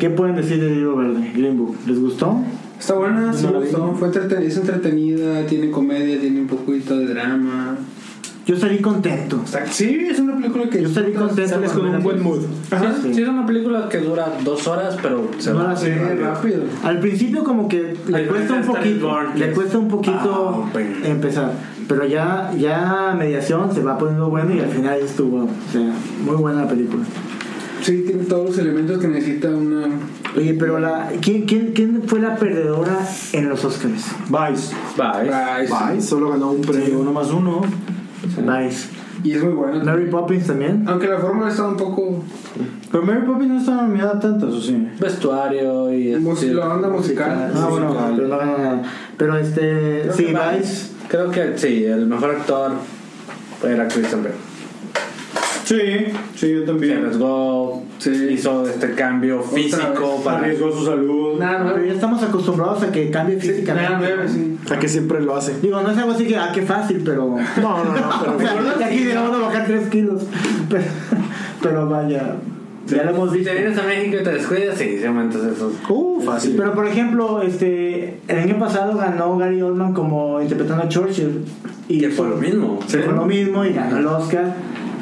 S4: ¿Qué pueden decir del libro verde? Green Book. ¿Les gustó?
S3: Está buena, sí
S1: No
S3: me
S1: la vi.
S3: gustó. Fue entreten- es entretenida, tiene comedia, tiene un poquito de drama.
S4: Yo salí contento.
S3: Está- sí, es una película que.
S4: Yo salí
S3: disfrutas.
S4: contento.
S5: Sales con un buen mood.
S3: Ajá.
S2: Sí, sí, es una película que dura dos horas, pero se
S4: No
S2: va.
S4: la
S3: Sí,
S4: sé.
S3: rápido.
S4: Al principio como que le
S2: El
S4: cuesta
S2: Star
S4: un
S2: is
S4: poquito,
S2: Born,
S4: le
S2: yes.
S4: cuesta un poquito
S2: Ah, bueno.
S4: empezar, pero ya ya mediación se va poniendo bueno y al final estuvo, o sea, muy buena la película.
S3: Sí, tiene todos los elementos que necesita una.
S4: Oye, pero la ¿quién, quién, quién fue la perdedora en los Oscars?
S1: Vice.
S2: Bye.
S3: Ay, sí.
S5: Ay, solo ganó un
S1: Sí,
S5: premio.
S1: uno más uno.
S4: Nice.
S3: Y es muy buena.
S4: Mary Poppins también.
S3: Aunque la fórmula está un poco.
S1: Pero Mary Poppins no está nominada tanto, eso sí.
S2: Vestuario y.
S3: mus-
S2: estilo.
S3: la onda musical.
S4: Ah, bueno, pero no ganó nada. Pero este,
S2: Creo
S4: sí,
S2: que
S4: Vice.
S2: Creo que sí, el mejor actor era Christian Bale.
S1: Sí, sí, yo
S2: Se
S1: también.
S2: arriesgó,
S3: Sí.
S2: hizo este cambio físico
S3: vez.
S2: para.
S1: Arriesgó su salud.
S3: Nada,
S4: Pero ya
S3: nueve.
S4: estamos acostumbrados a que cambie
S3: Sí, nada, nueve,
S4: físicamente.
S3: sí.
S5: A que siempre lo hace.
S4: Digo, no es algo así que, ah, qué fácil, pero...
S5: No, no, no.
S4: O
S5: pero-
S4: sea, que aquí debemos de bajar 3 kilos. Pero, pero vaya, ya lo hemos
S2: Si
S4: visto.
S2: te vienes a México y te descuidas, sí, se aumentas esos.
S5: Uh, fácil.
S4: Pero por ejemplo, este, el año pasado ganó Gary Oldman como interpretando a Churchill. Y
S2: Que fue lo mismo.
S4: que fue lo mismo y ganó el Oscar.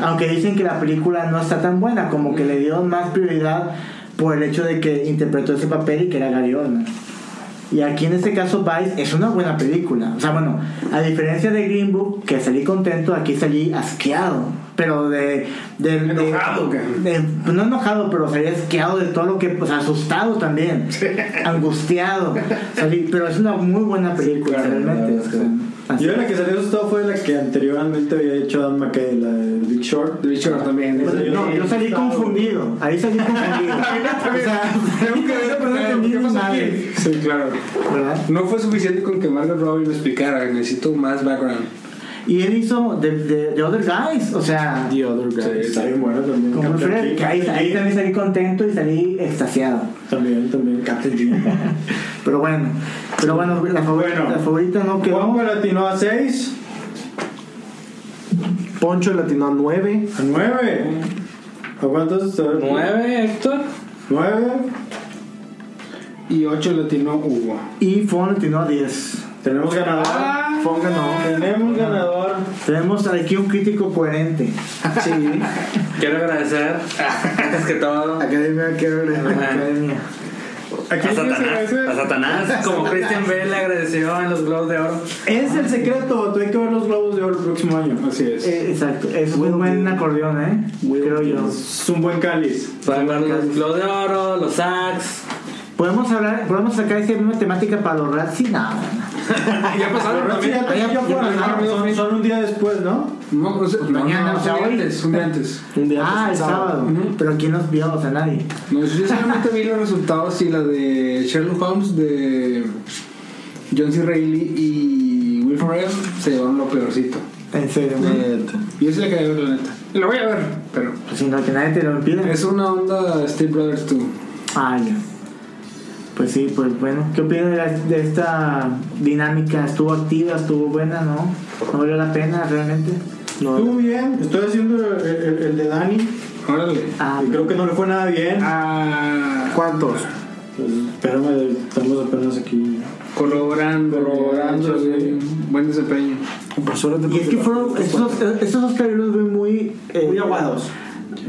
S4: Aunque dicen que la película no está tan buena, como que le dieron más prioridad por el hecho de que interpretó ese papel y que era Gary Oldman. Y aquí en este caso Vice es una buena película. O sea, bueno, a diferencia de Green Book, que salí contento, aquí salí asqueado. Pero de... de- de-
S3: Enojado, ¿qué?
S4: de- no enojado, pero salí asqueado de todo lo que... O sea, asustado también. angustiado. Salí- pero es una muy buena película,
S2: claro,
S4: realmente.
S2: la verdad es que
S4: O sea, así.
S1: Yo la que salió asustado fue la que anteriormente había hecho Dan McKay, la de Big Short.
S3: The Richard también.
S1: Pues,
S3: ese-
S4: No, yo salí
S1: Estaba-
S4: confundido. Ahí [laughs] salí confundido. o sea, [laughs]
S3: Tengo que ver,
S4: pero no
S3: claro,
S4: entendí
S3: ¿qué
S4: ni
S3: pasó
S4: madre,
S3: aquí? Sí, claro.
S4: ¿verdad?
S3: No fue suficiente con que Margot Robbie me explicara, necesito más background.
S4: Y él hizo The, The- The Other Guys, o sea,
S5: The other guy.
S1: Está bien buena también.
S4: como
S1: Captain
S4: Fred,
S1: Kidd.
S4: que ahí, ahí también salí contento y salí extasiado.
S1: También, también. Captain Kidd.
S4: Pero bueno, pero bueno, la favorita,
S1: Bueno.
S4: la favorita no quedó.
S1: Juanjo latinó a 6,
S5: Poncho latinó 9.
S1: a 9. ¿A cuántos?
S2: ¿Nueve, Héctor?
S1: 9.
S3: Y 8 latino Hugo.
S4: Y Fon atinó 10.
S1: Tenemos ganador.
S5: Ponga no.
S1: Tenemos ganador.
S4: Tenemos aquí un crítico coherente.
S3: Sí.
S2: Quiero agradecer, antes que todo,
S5: Academia, que
S4: Academia.
S1: [laughs] Aquí
S2: a
S1: sí se
S2: Satanás.
S1: agradece.
S2: A Satanás, como Christian Bale le agradeció en los Globos de Oro.
S1: Es el secreto, tú hay que ver los globos de oro el próximo año.
S3: Así es.
S4: Eh, exacto, es un buen acordeón, ¿eh? Creo yo.
S1: Es un buen cáliz.
S2: Pueden ver los Globos de Oro, los Sacks.
S4: Podemos hablar, podemos sacar esa misma temática para los Razzie, nada.
S2: ya
S3: Ah,
S2: pasaron
S1: Pero sí,
S2: también.
S1: ya te-
S6: Oye,
S1: ya
S6: yo
S1: fueron,
S6: me
S1: ¿no?
S6: acuerdo,
S1: Son-
S6: fui-
S1: Son un día después, ¿no?
S3: No, o sea,
S6: Pues
S3: no,
S6: mañana,
S3: no,
S6: o sea,
S3: un día
S6: hoy.
S3: antes, un día antes.
S1: Un día
S4: Ah, el
S1: después,
S4: sábado.
S3: Ujú.
S4: Pero ¿quién los vio? O sea, nadie.
S3: No, yo solamente vi los resultados y la de Sherlock Holmes de John C. Reilly y Will Ferrell se llevaron lo peorcito.
S4: En serio, güey.
S5: Neta.
S3: Y ese le cae ver, la neta. Lo voy a ver, pero
S4: Pues sino que nadie te lo impide.
S3: es una onda Steve Brothers 2.
S4: Ah, ya. Pues sí, pues bueno. ¿Qué opinas de, la- de esta dinámica? ¿Estuvo activa? ¿Estuvo buena? ¿No? ¿No valió la pena realmente?
S1: Estuvo bien, estoy haciendo el, el- el de Dani.
S3: Órale.
S4: Ah,
S1: y creo que no le fue nada bien.
S3: Ah,
S5: ¿Cuántos?
S1: Pues, espérame, estamos apenas aquí.
S3: colaborando,
S1: Colaborando, sí.
S3: Buen desempeño.
S4: Y es que fueron estos, estos dos cabellos güey, muy... eh,
S1: pues, Muy aguados,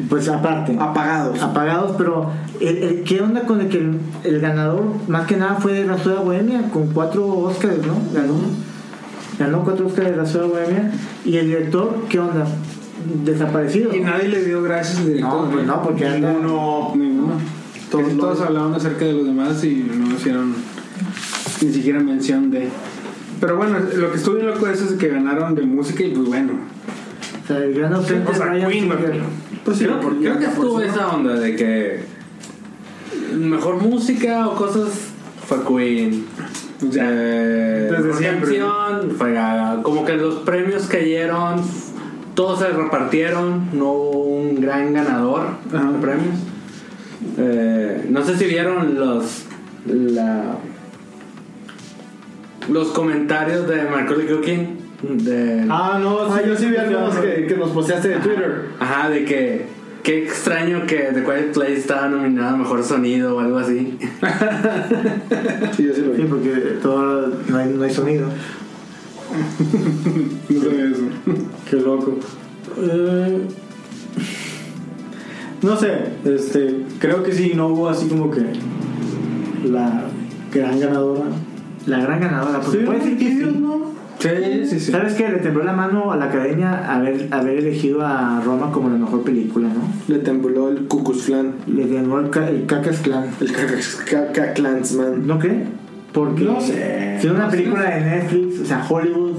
S4: Pues aparte.
S1: apagados.
S4: apagados, pero el, el- ¿qué onda con el que el, el ganador más que nada fue de Rhapsody Bohemia con cuatro Oscars, ¿no? Ganó, ganó cuatro Oscars de Rhapsody Bohemia y el director, ¿qué onda? Desaparecido.
S3: Y
S4: ¿no?
S3: nadie le dio gracias al director.
S4: No, pues no, porque anda-
S3: Ninguno. Ninguno. Todos, todos hablaban acerca de los demás y no hicieron ni siquiera mención de. Pero bueno, lo que estuvo bien loco es que ganaron de música y pues bueno.
S4: O sea, el gran ausente
S3: O sea,
S4: es Bryan
S3: Queen,
S4: Singer.
S3: güey.
S2: Pues creo,
S3: por-
S2: creo
S3: ya,
S2: que
S3: por
S2: estuvo
S3: si no.
S2: esa onda de que mejor música o cosas fue Queen.
S3: Ya.
S2: Eh,
S3: Desde
S2: mejor
S3: siempre.
S2: canción, fue Gaga. Como que los premios cayeron, todos se repartieron, no hubo un gran ganador
S3: Ajá.
S2: de premios. Eh, no sé si vieron los la- los comentarios de Macaulay Culkin de
S1: Ah, no, sí, yo sí vi algunos que, que nos posteaste de Twitter.
S2: Ajá, de que. Qué extraño que The Quiet Place estaba nominada a mejor sonido o algo así.
S5: Sí, yo sí lo
S4: Sí,
S5: vi.
S4: porque todo, no, hay, no hay sonido.
S3: No sabía eso.
S1: [laughs] Qué loco. Eh, no sé, este, creo que sí, no hubo así como que la gran ganadora.
S4: La gran ganadora, porque
S1: Sí,
S4: puede ser que
S1: Dios,
S4: sí.
S1: ¿no?
S3: Sí, sí, sí.
S4: ¿Sabes qué? Le tembló la mano a la academia haber, haber elegido a Roma como la mejor película, ¿no?
S5: Le tembló el Cucuzflan,
S4: Le tembló el, ca- el Cacas Clan.
S5: el Cacaxclansman.
S4: ¿No cree? Porque
S1: No sé,
S4: si una película de Netflix, o sea, Hollywood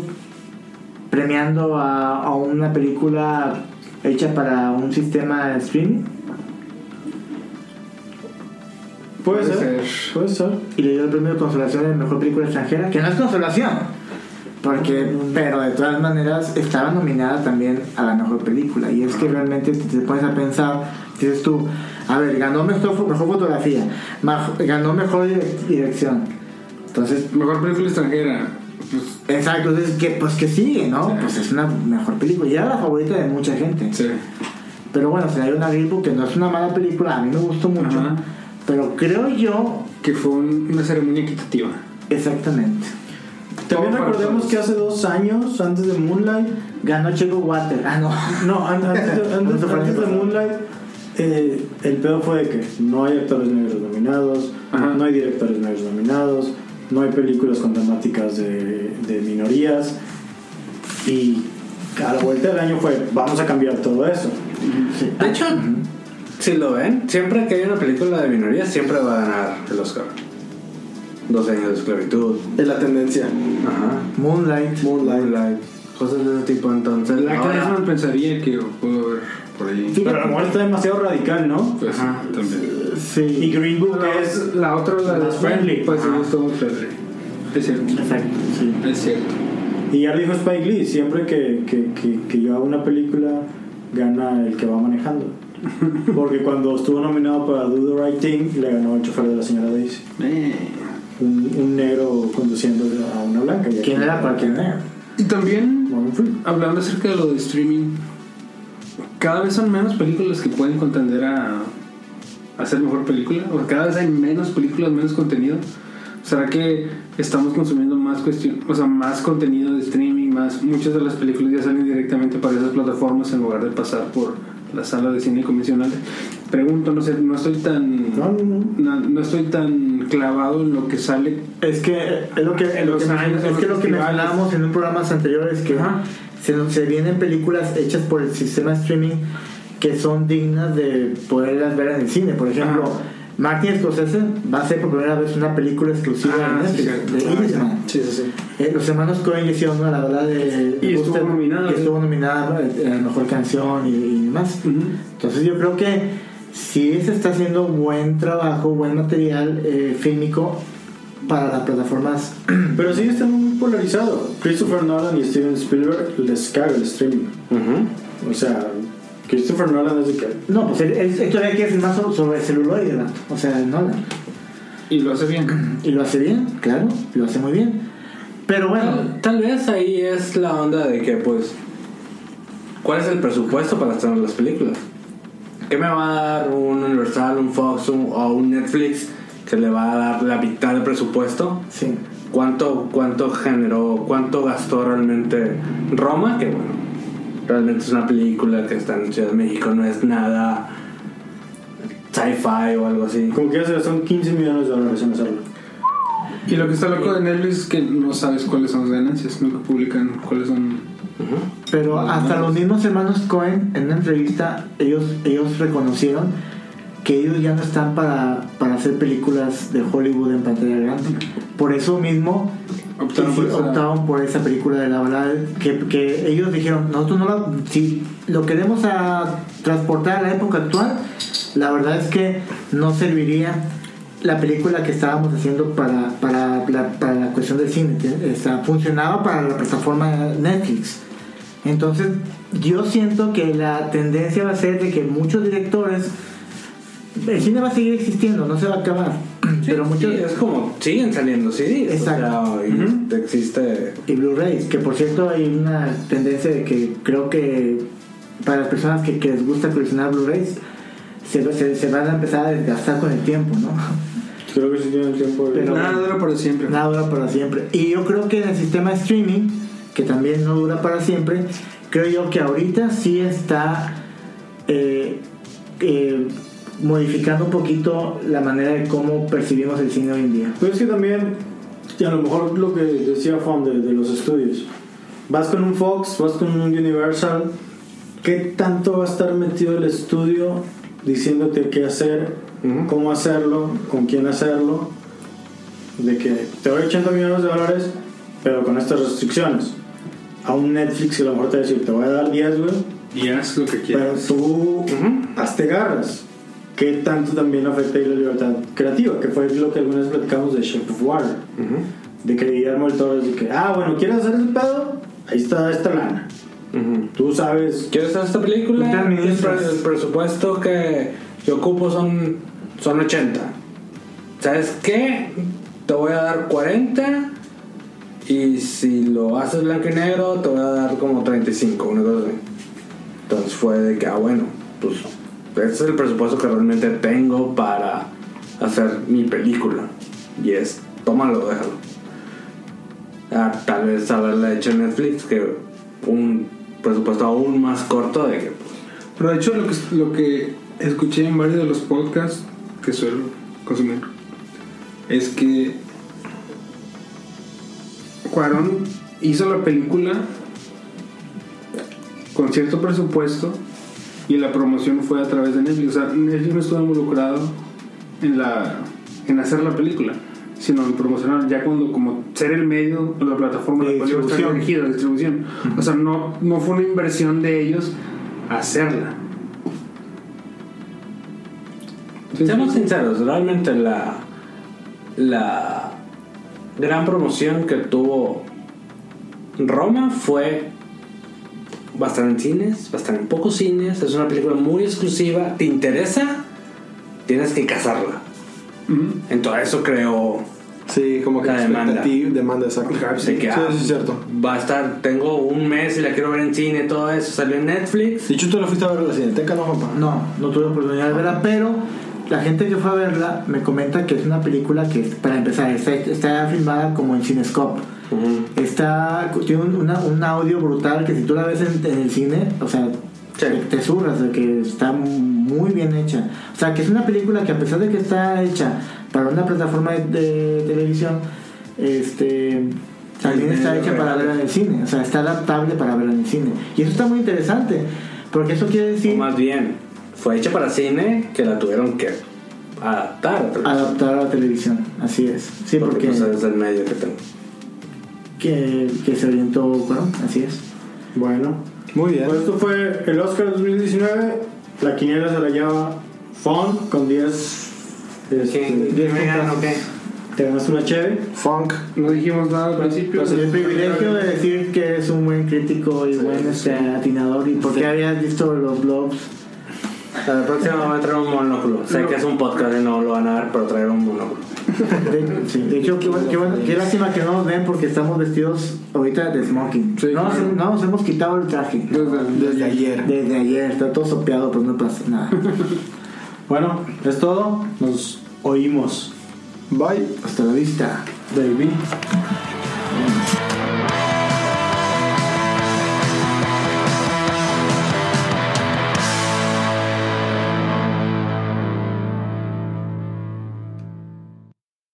S4: premiando a, a una película hecha para un sistema de streaming
S1: Puede,
S3: Puede
S1: ser,
S3: ser.
S1: puede ser.
S4: y le dio el premio de consolación de mejor película extranjera, que no es consolación, porque, pero de todas maneras estaba nominada también a la mejor película. Y es que realmente si te pones a pensar, dices tú, a ver, ganó mejor, mejor fotografía, maj- ganó mejor direc- dirección. Entonces,
S3: Mejor película extranjera. Pues
S4: Exacto, entonces que pues que sigue, ¿no?
S3: Sí.
S4: Pues es una mejor película. Y era la favorita de mucha gente.
S3: sí.
S4: Pero bueno, se le dio una Green Book, que no es una mala película, a mí me gustó mucho.
S3: Ajá.
S4: Pero creo yo,
S3: Que fue un- una ceremonia equitativa.
S4: exactamente.
S1: También
S3: Todo para
S1: recordemos
S3: todos.
S1: que hace dos años, antes de Moonlight,
S4: Ganó Checo Water. Ah, no.
S1: no, an- antes, de- antes-
S4: Eso fue el año
S1: antes de
S4: pasado.
S1: Moonlight, eh, el pedo fue de que no hay actores negros nominados,
S3: Ajá.
S1: no hay directores negros nominados, no hay películas con temáticas de, de minorías y a la vuelta del año fue, vamos a cambiar todo eso.
S2: De hecho, si lo ven, siempre que hay una película de minoría, siempre va a ganar el Oscar. 12 años de esclavitud.
S5: Es la tendencia.
S2: Ajá.
S4: Moonlight.
S5: Moonlight.
S2: Moonlight, Cosas de ese tipo, entonces.
S3: La
S2: ahora-
S3: que no pensaría que pudo haber por ahí.
S1: Pero a lo mejor está demasiado radical, ¿no?
S3: Pues
S2: Ajá.
S3: también.
S1: Y
S4: Sí.
S1: Green Book
S3: La,
S1: es...
S3: la otra, la de
S1: Más friendly.
S3: Pues sí,
S1: Ajá.
S3: estuvo muy friendly. Es cierto.
S4: Exacto, sí.
S3: Es cierto.
S1: Y ya dijo Spike Lee, siempre que, que- que- que yo hago una película, gana el que va manejando. Porque cuando estuvo nominado para Do the Right Thing, le ganó el chofer de la señora Daisy. Un, un negro conduciendo a una blanca. Y
S4: ¿Quién
S1: aquí-
S4: era para quién era?
S3: Y también,
S1: Morgan Freeman.
S3: hablando acerca de lo de streaming, cada vez son menos películas que pueden contender a, a ser mejor película. O cada vez hay menos películas, menos contenido. ¿Será que estamos consumiendo más cuestión, o sea, más contenido de streaming, más muchas de las películas ya salen directamente para esas plataformas en lugar de pasar por la sala de cine convencional? Pregunto, no sé, no estoy tan
S1: No, no, no.
S3: no, no estoy tan clavado en lo que sale.
S4: Es que es lo que, es lo que,
S3: Los años,
S4: es que,
S3: los
S4: lo que
S3: festivales.
S4: mencionábamos en un programas anteriores que
S3: Ajá.
S4: se, nos- se vienen películas hechas por el sistema streaming que son dignas de poderlas ver en el cine. Por ejemplo,
S3: Ajá.
S4: Martin Scorsese va a ser por primera vez una película exclusiva
S2: Ah,
S4: de Netflix,
S2: sí,
S4: de
S2: sí.
S4: Irishman.
S5: Sí, sí, sí.
S4: Eh, los hermanos Coen hicieron una, la verdad, de.
S2: Y estuvo
S4: Buster,
S2: nominada,
S4: y
S2: ¿no?
S4: estuvo nominada ¿no? Eh, eh, mejor canción y, y demás. Entonces, yo creo que sí se está haciendo buen trabajo, buen material eh, fílmico para las plataformas.
S1: Pero sí está muy polarizado. Christopher Nolan y Steven Spielberg les caga el streaming.
S2: Ujú.
S1: O sea, Christopher Nolan es de que.
S4: No, pues él, él- él todavía quiere más so- sobre celuloide, ¿verdad? O sea, no.
S6: Y lo hace bien.
S4: Y lo hace bien, claro, lo hace muy bien. Pero bueno,
S2: Tal, tal vez ahí es la onda de que, pues, ¿cuál es el presupuesto para estrenar las películas? ¿Qué me va a dar un Universal, un Fox un- o un Netflix que le va a dar la mitad del presupuesto?
S4: sí.
S2: ¿Cuánto, cuánto generó, cuánto gastó realmente Roma? Que bueno, realmente es una película que está en Ciudad de México, no es nada sci-fi o algo así.
S1: Como que ya se gastaron 15 millones de dólares en hacerlo.
S6: Y lo que está loco de Netflix es que no sabes cuáles son las ganancias, nunca publican cuáles son.
S4: Pero
S6: Los
S4: hasta
S6: hermanos.
S4: los mismos hermanos Cohen en una entrevista ellos ellos reconocieron que ellos ya no están para, para hacer películas de Hollywood en pantalla grande. Por eso mismo
S6: Optaron por
S4: hici-
S6: esa-
S4: optaron por esa película de la verdad que, que ellos dijeron, nosotros no la, si lo queremos a transportar a la época actual, la verdad es que no serviría la película que estábamos haciendo para, para, la, para la cuestión del cine. ¿entiendes? O sea, funcionaba para la plataforma Netflix. Entonces, yo siento que la tendencia va a ser de que muchos directores. El cine va a seguir existiendo, no se va a acabar. pero muchos.
S2: Sí, es como, siguen saliendo CDs.
S4: Exacto.
S2: O sea, y existe
S4: Y Blu-rays, que por cierto hay una tendencia de que creo que para las personas que, que les gusta coleccionar Blu-rays, se, se, se van a empezar a desgastar con el tiempo, ¿no?
S1: Creo que sí tienen tiempo de.
S4: Pero-
S3: Nada dura para siempre.
S4: Nada dura para siempre. Y yo creo que en el sistema de streaming, que también no dura para siempre, creo yo que ahorita sí está eh, eh, modificando un poquito la manera de cómo percibimos el cine hoy en día.
S1: Pero Pues es que también, y a lo mejor lo que decía Juan de, de los estudios, vas con un Fox, vas con un Universal, ¿qué tanto va a estar metido el estudio diciéndote qué hacer, cómo hacerlo, con quién hacerlo? De que te doy 80 millones de dólares, pero con estas restricciones. A un Netflix que a lo mejor te va a decir, te voy a dar 10, güey,
S6: Y haz lo que
S1: pero
S6: quieras.
S1: tú hazte garras. ¿Qué tanto también afecta ahí la libertad creativa? Que fue lo que algunas vez platicamos de Shape of Water. De que Guillermo del Toro es de que, ah, bueno, ¿quieres hacer ese pedo? Ahí está esta lana. Tú sabes.
S2: ¿Quieres hacer esta película?
S4: Usted me
S2: El,
S4: dice.
S2: pre- el presupuesto que yo ocupo son, son 80. ¿Sabes qué? Te voy a dar 40 y si lo haces blanco y negro te voy a dar como 35, una cosa así. Entonces fue de que, ah, bueno, pues este es el presupuesto que realmente tengo para hacer mi película. Y es, tómalo, déjalo. Ah, tal vez haberla hecho en Netflix, que un presupuesto aún más corto de que
S6: Pero de hecho, lo que, lo que escuché en varios de los podcasts que suelo consumir es que Cuarón hizo la película con cierto presupuesto y la promoción fue a través de Netflix. O sea, Netflix no estuvo involucrado en, la, en hacer la película, sino en promocionar, ya cuando como ser el medio o la plataforma a la
S4: De
S6: cual iba a estar
S4: distribución.
S6: dirigida, de distribución. O sea, no, no fue una inversión de ellos hacerla. Sí,
S2: Seamos
S6: sí.
S2: sinceros, realmente la, la gran promoción que tuvo Roma fue va a estar en cines, va a estar en pocos cines, es una película muy exclusiva, ¿te interesa? Tienes que cazarla.
S6: Ujú.
S2: Entonces eso creo
S5: Sí, como que
S2: La demanda.
S5: expectativa, demanda, exacto.
S6: Ajá,
S5: Sí,
S2: de que
S5: sí,
S2: ah,
S5: eso es cierto.
S2: va a estar, tengo un mes y la quiero ver en cine, todo eso salió en Netflix.
S5: De hecho, tú la fuiste a ver a la Cineteca, ¿no, papá?
S4: No, no tuve oportunidad de verla, pero la gente que fue a verla me comenta que es una película que, para empezar, está, está filmada como en Cinescope. Está, tiene un, una- un audio brutal que si tú la ves en, en el cine, o sea,
S2: Sí.
S4: te surras de que está muy bien hecha. O sea, que es una película que a pesar de que está hecha para una plataforma de, de televisión, este también está hecha para verla en el cine. O sea, está adaptable para verla en el cine. Y eso está muy interesante, porque eso quiere
S2: O
S4: decir...
S2: más bien, fue hecha para cine que la tuvieron que adaptar a
S5: Ah,
S2: televisión.
S4: adaptar a la televisión. Así es. Sí,
S2: porque
S4: porque,
S2: pues, es el medio que tengo.
S4: que, que se orientó Cuarón. Así es.
S1: Bueno,
S5: Muy bien.
S1: pues esto fue el Oscar 2019. La quiniela se la lleva Fon con 10. este, 10 puntos. Te ganas una chévere.
S5: Funk.
S6: No dijimos nada al principio.
S4: Pues el privilegio de decir que eres un buen crítico y buen este, atinador y porque habías visto los blogs.
S2: La próxima voy a traer un monóculo. Sé que es un podcast y no lo van a ver, pero traer un monóculo.
S4: De, de hecho, qué, bueno- qué bueno- qué lástima que no nos ven porque estamos vestidos ahorita de smoking.
S3: Sí,
S4: no, nos-
S3: claro.
S4: no nos hemos quitado el traje.
S5: Desde ayer.
S4: Desde ayer, está todo sopeado, pero no pasa nada.
S1: Bueno, es todo. Nos oímos.
S5: Bye.
S4: Hasta la vista.
S1: Baby.
S4: Bien.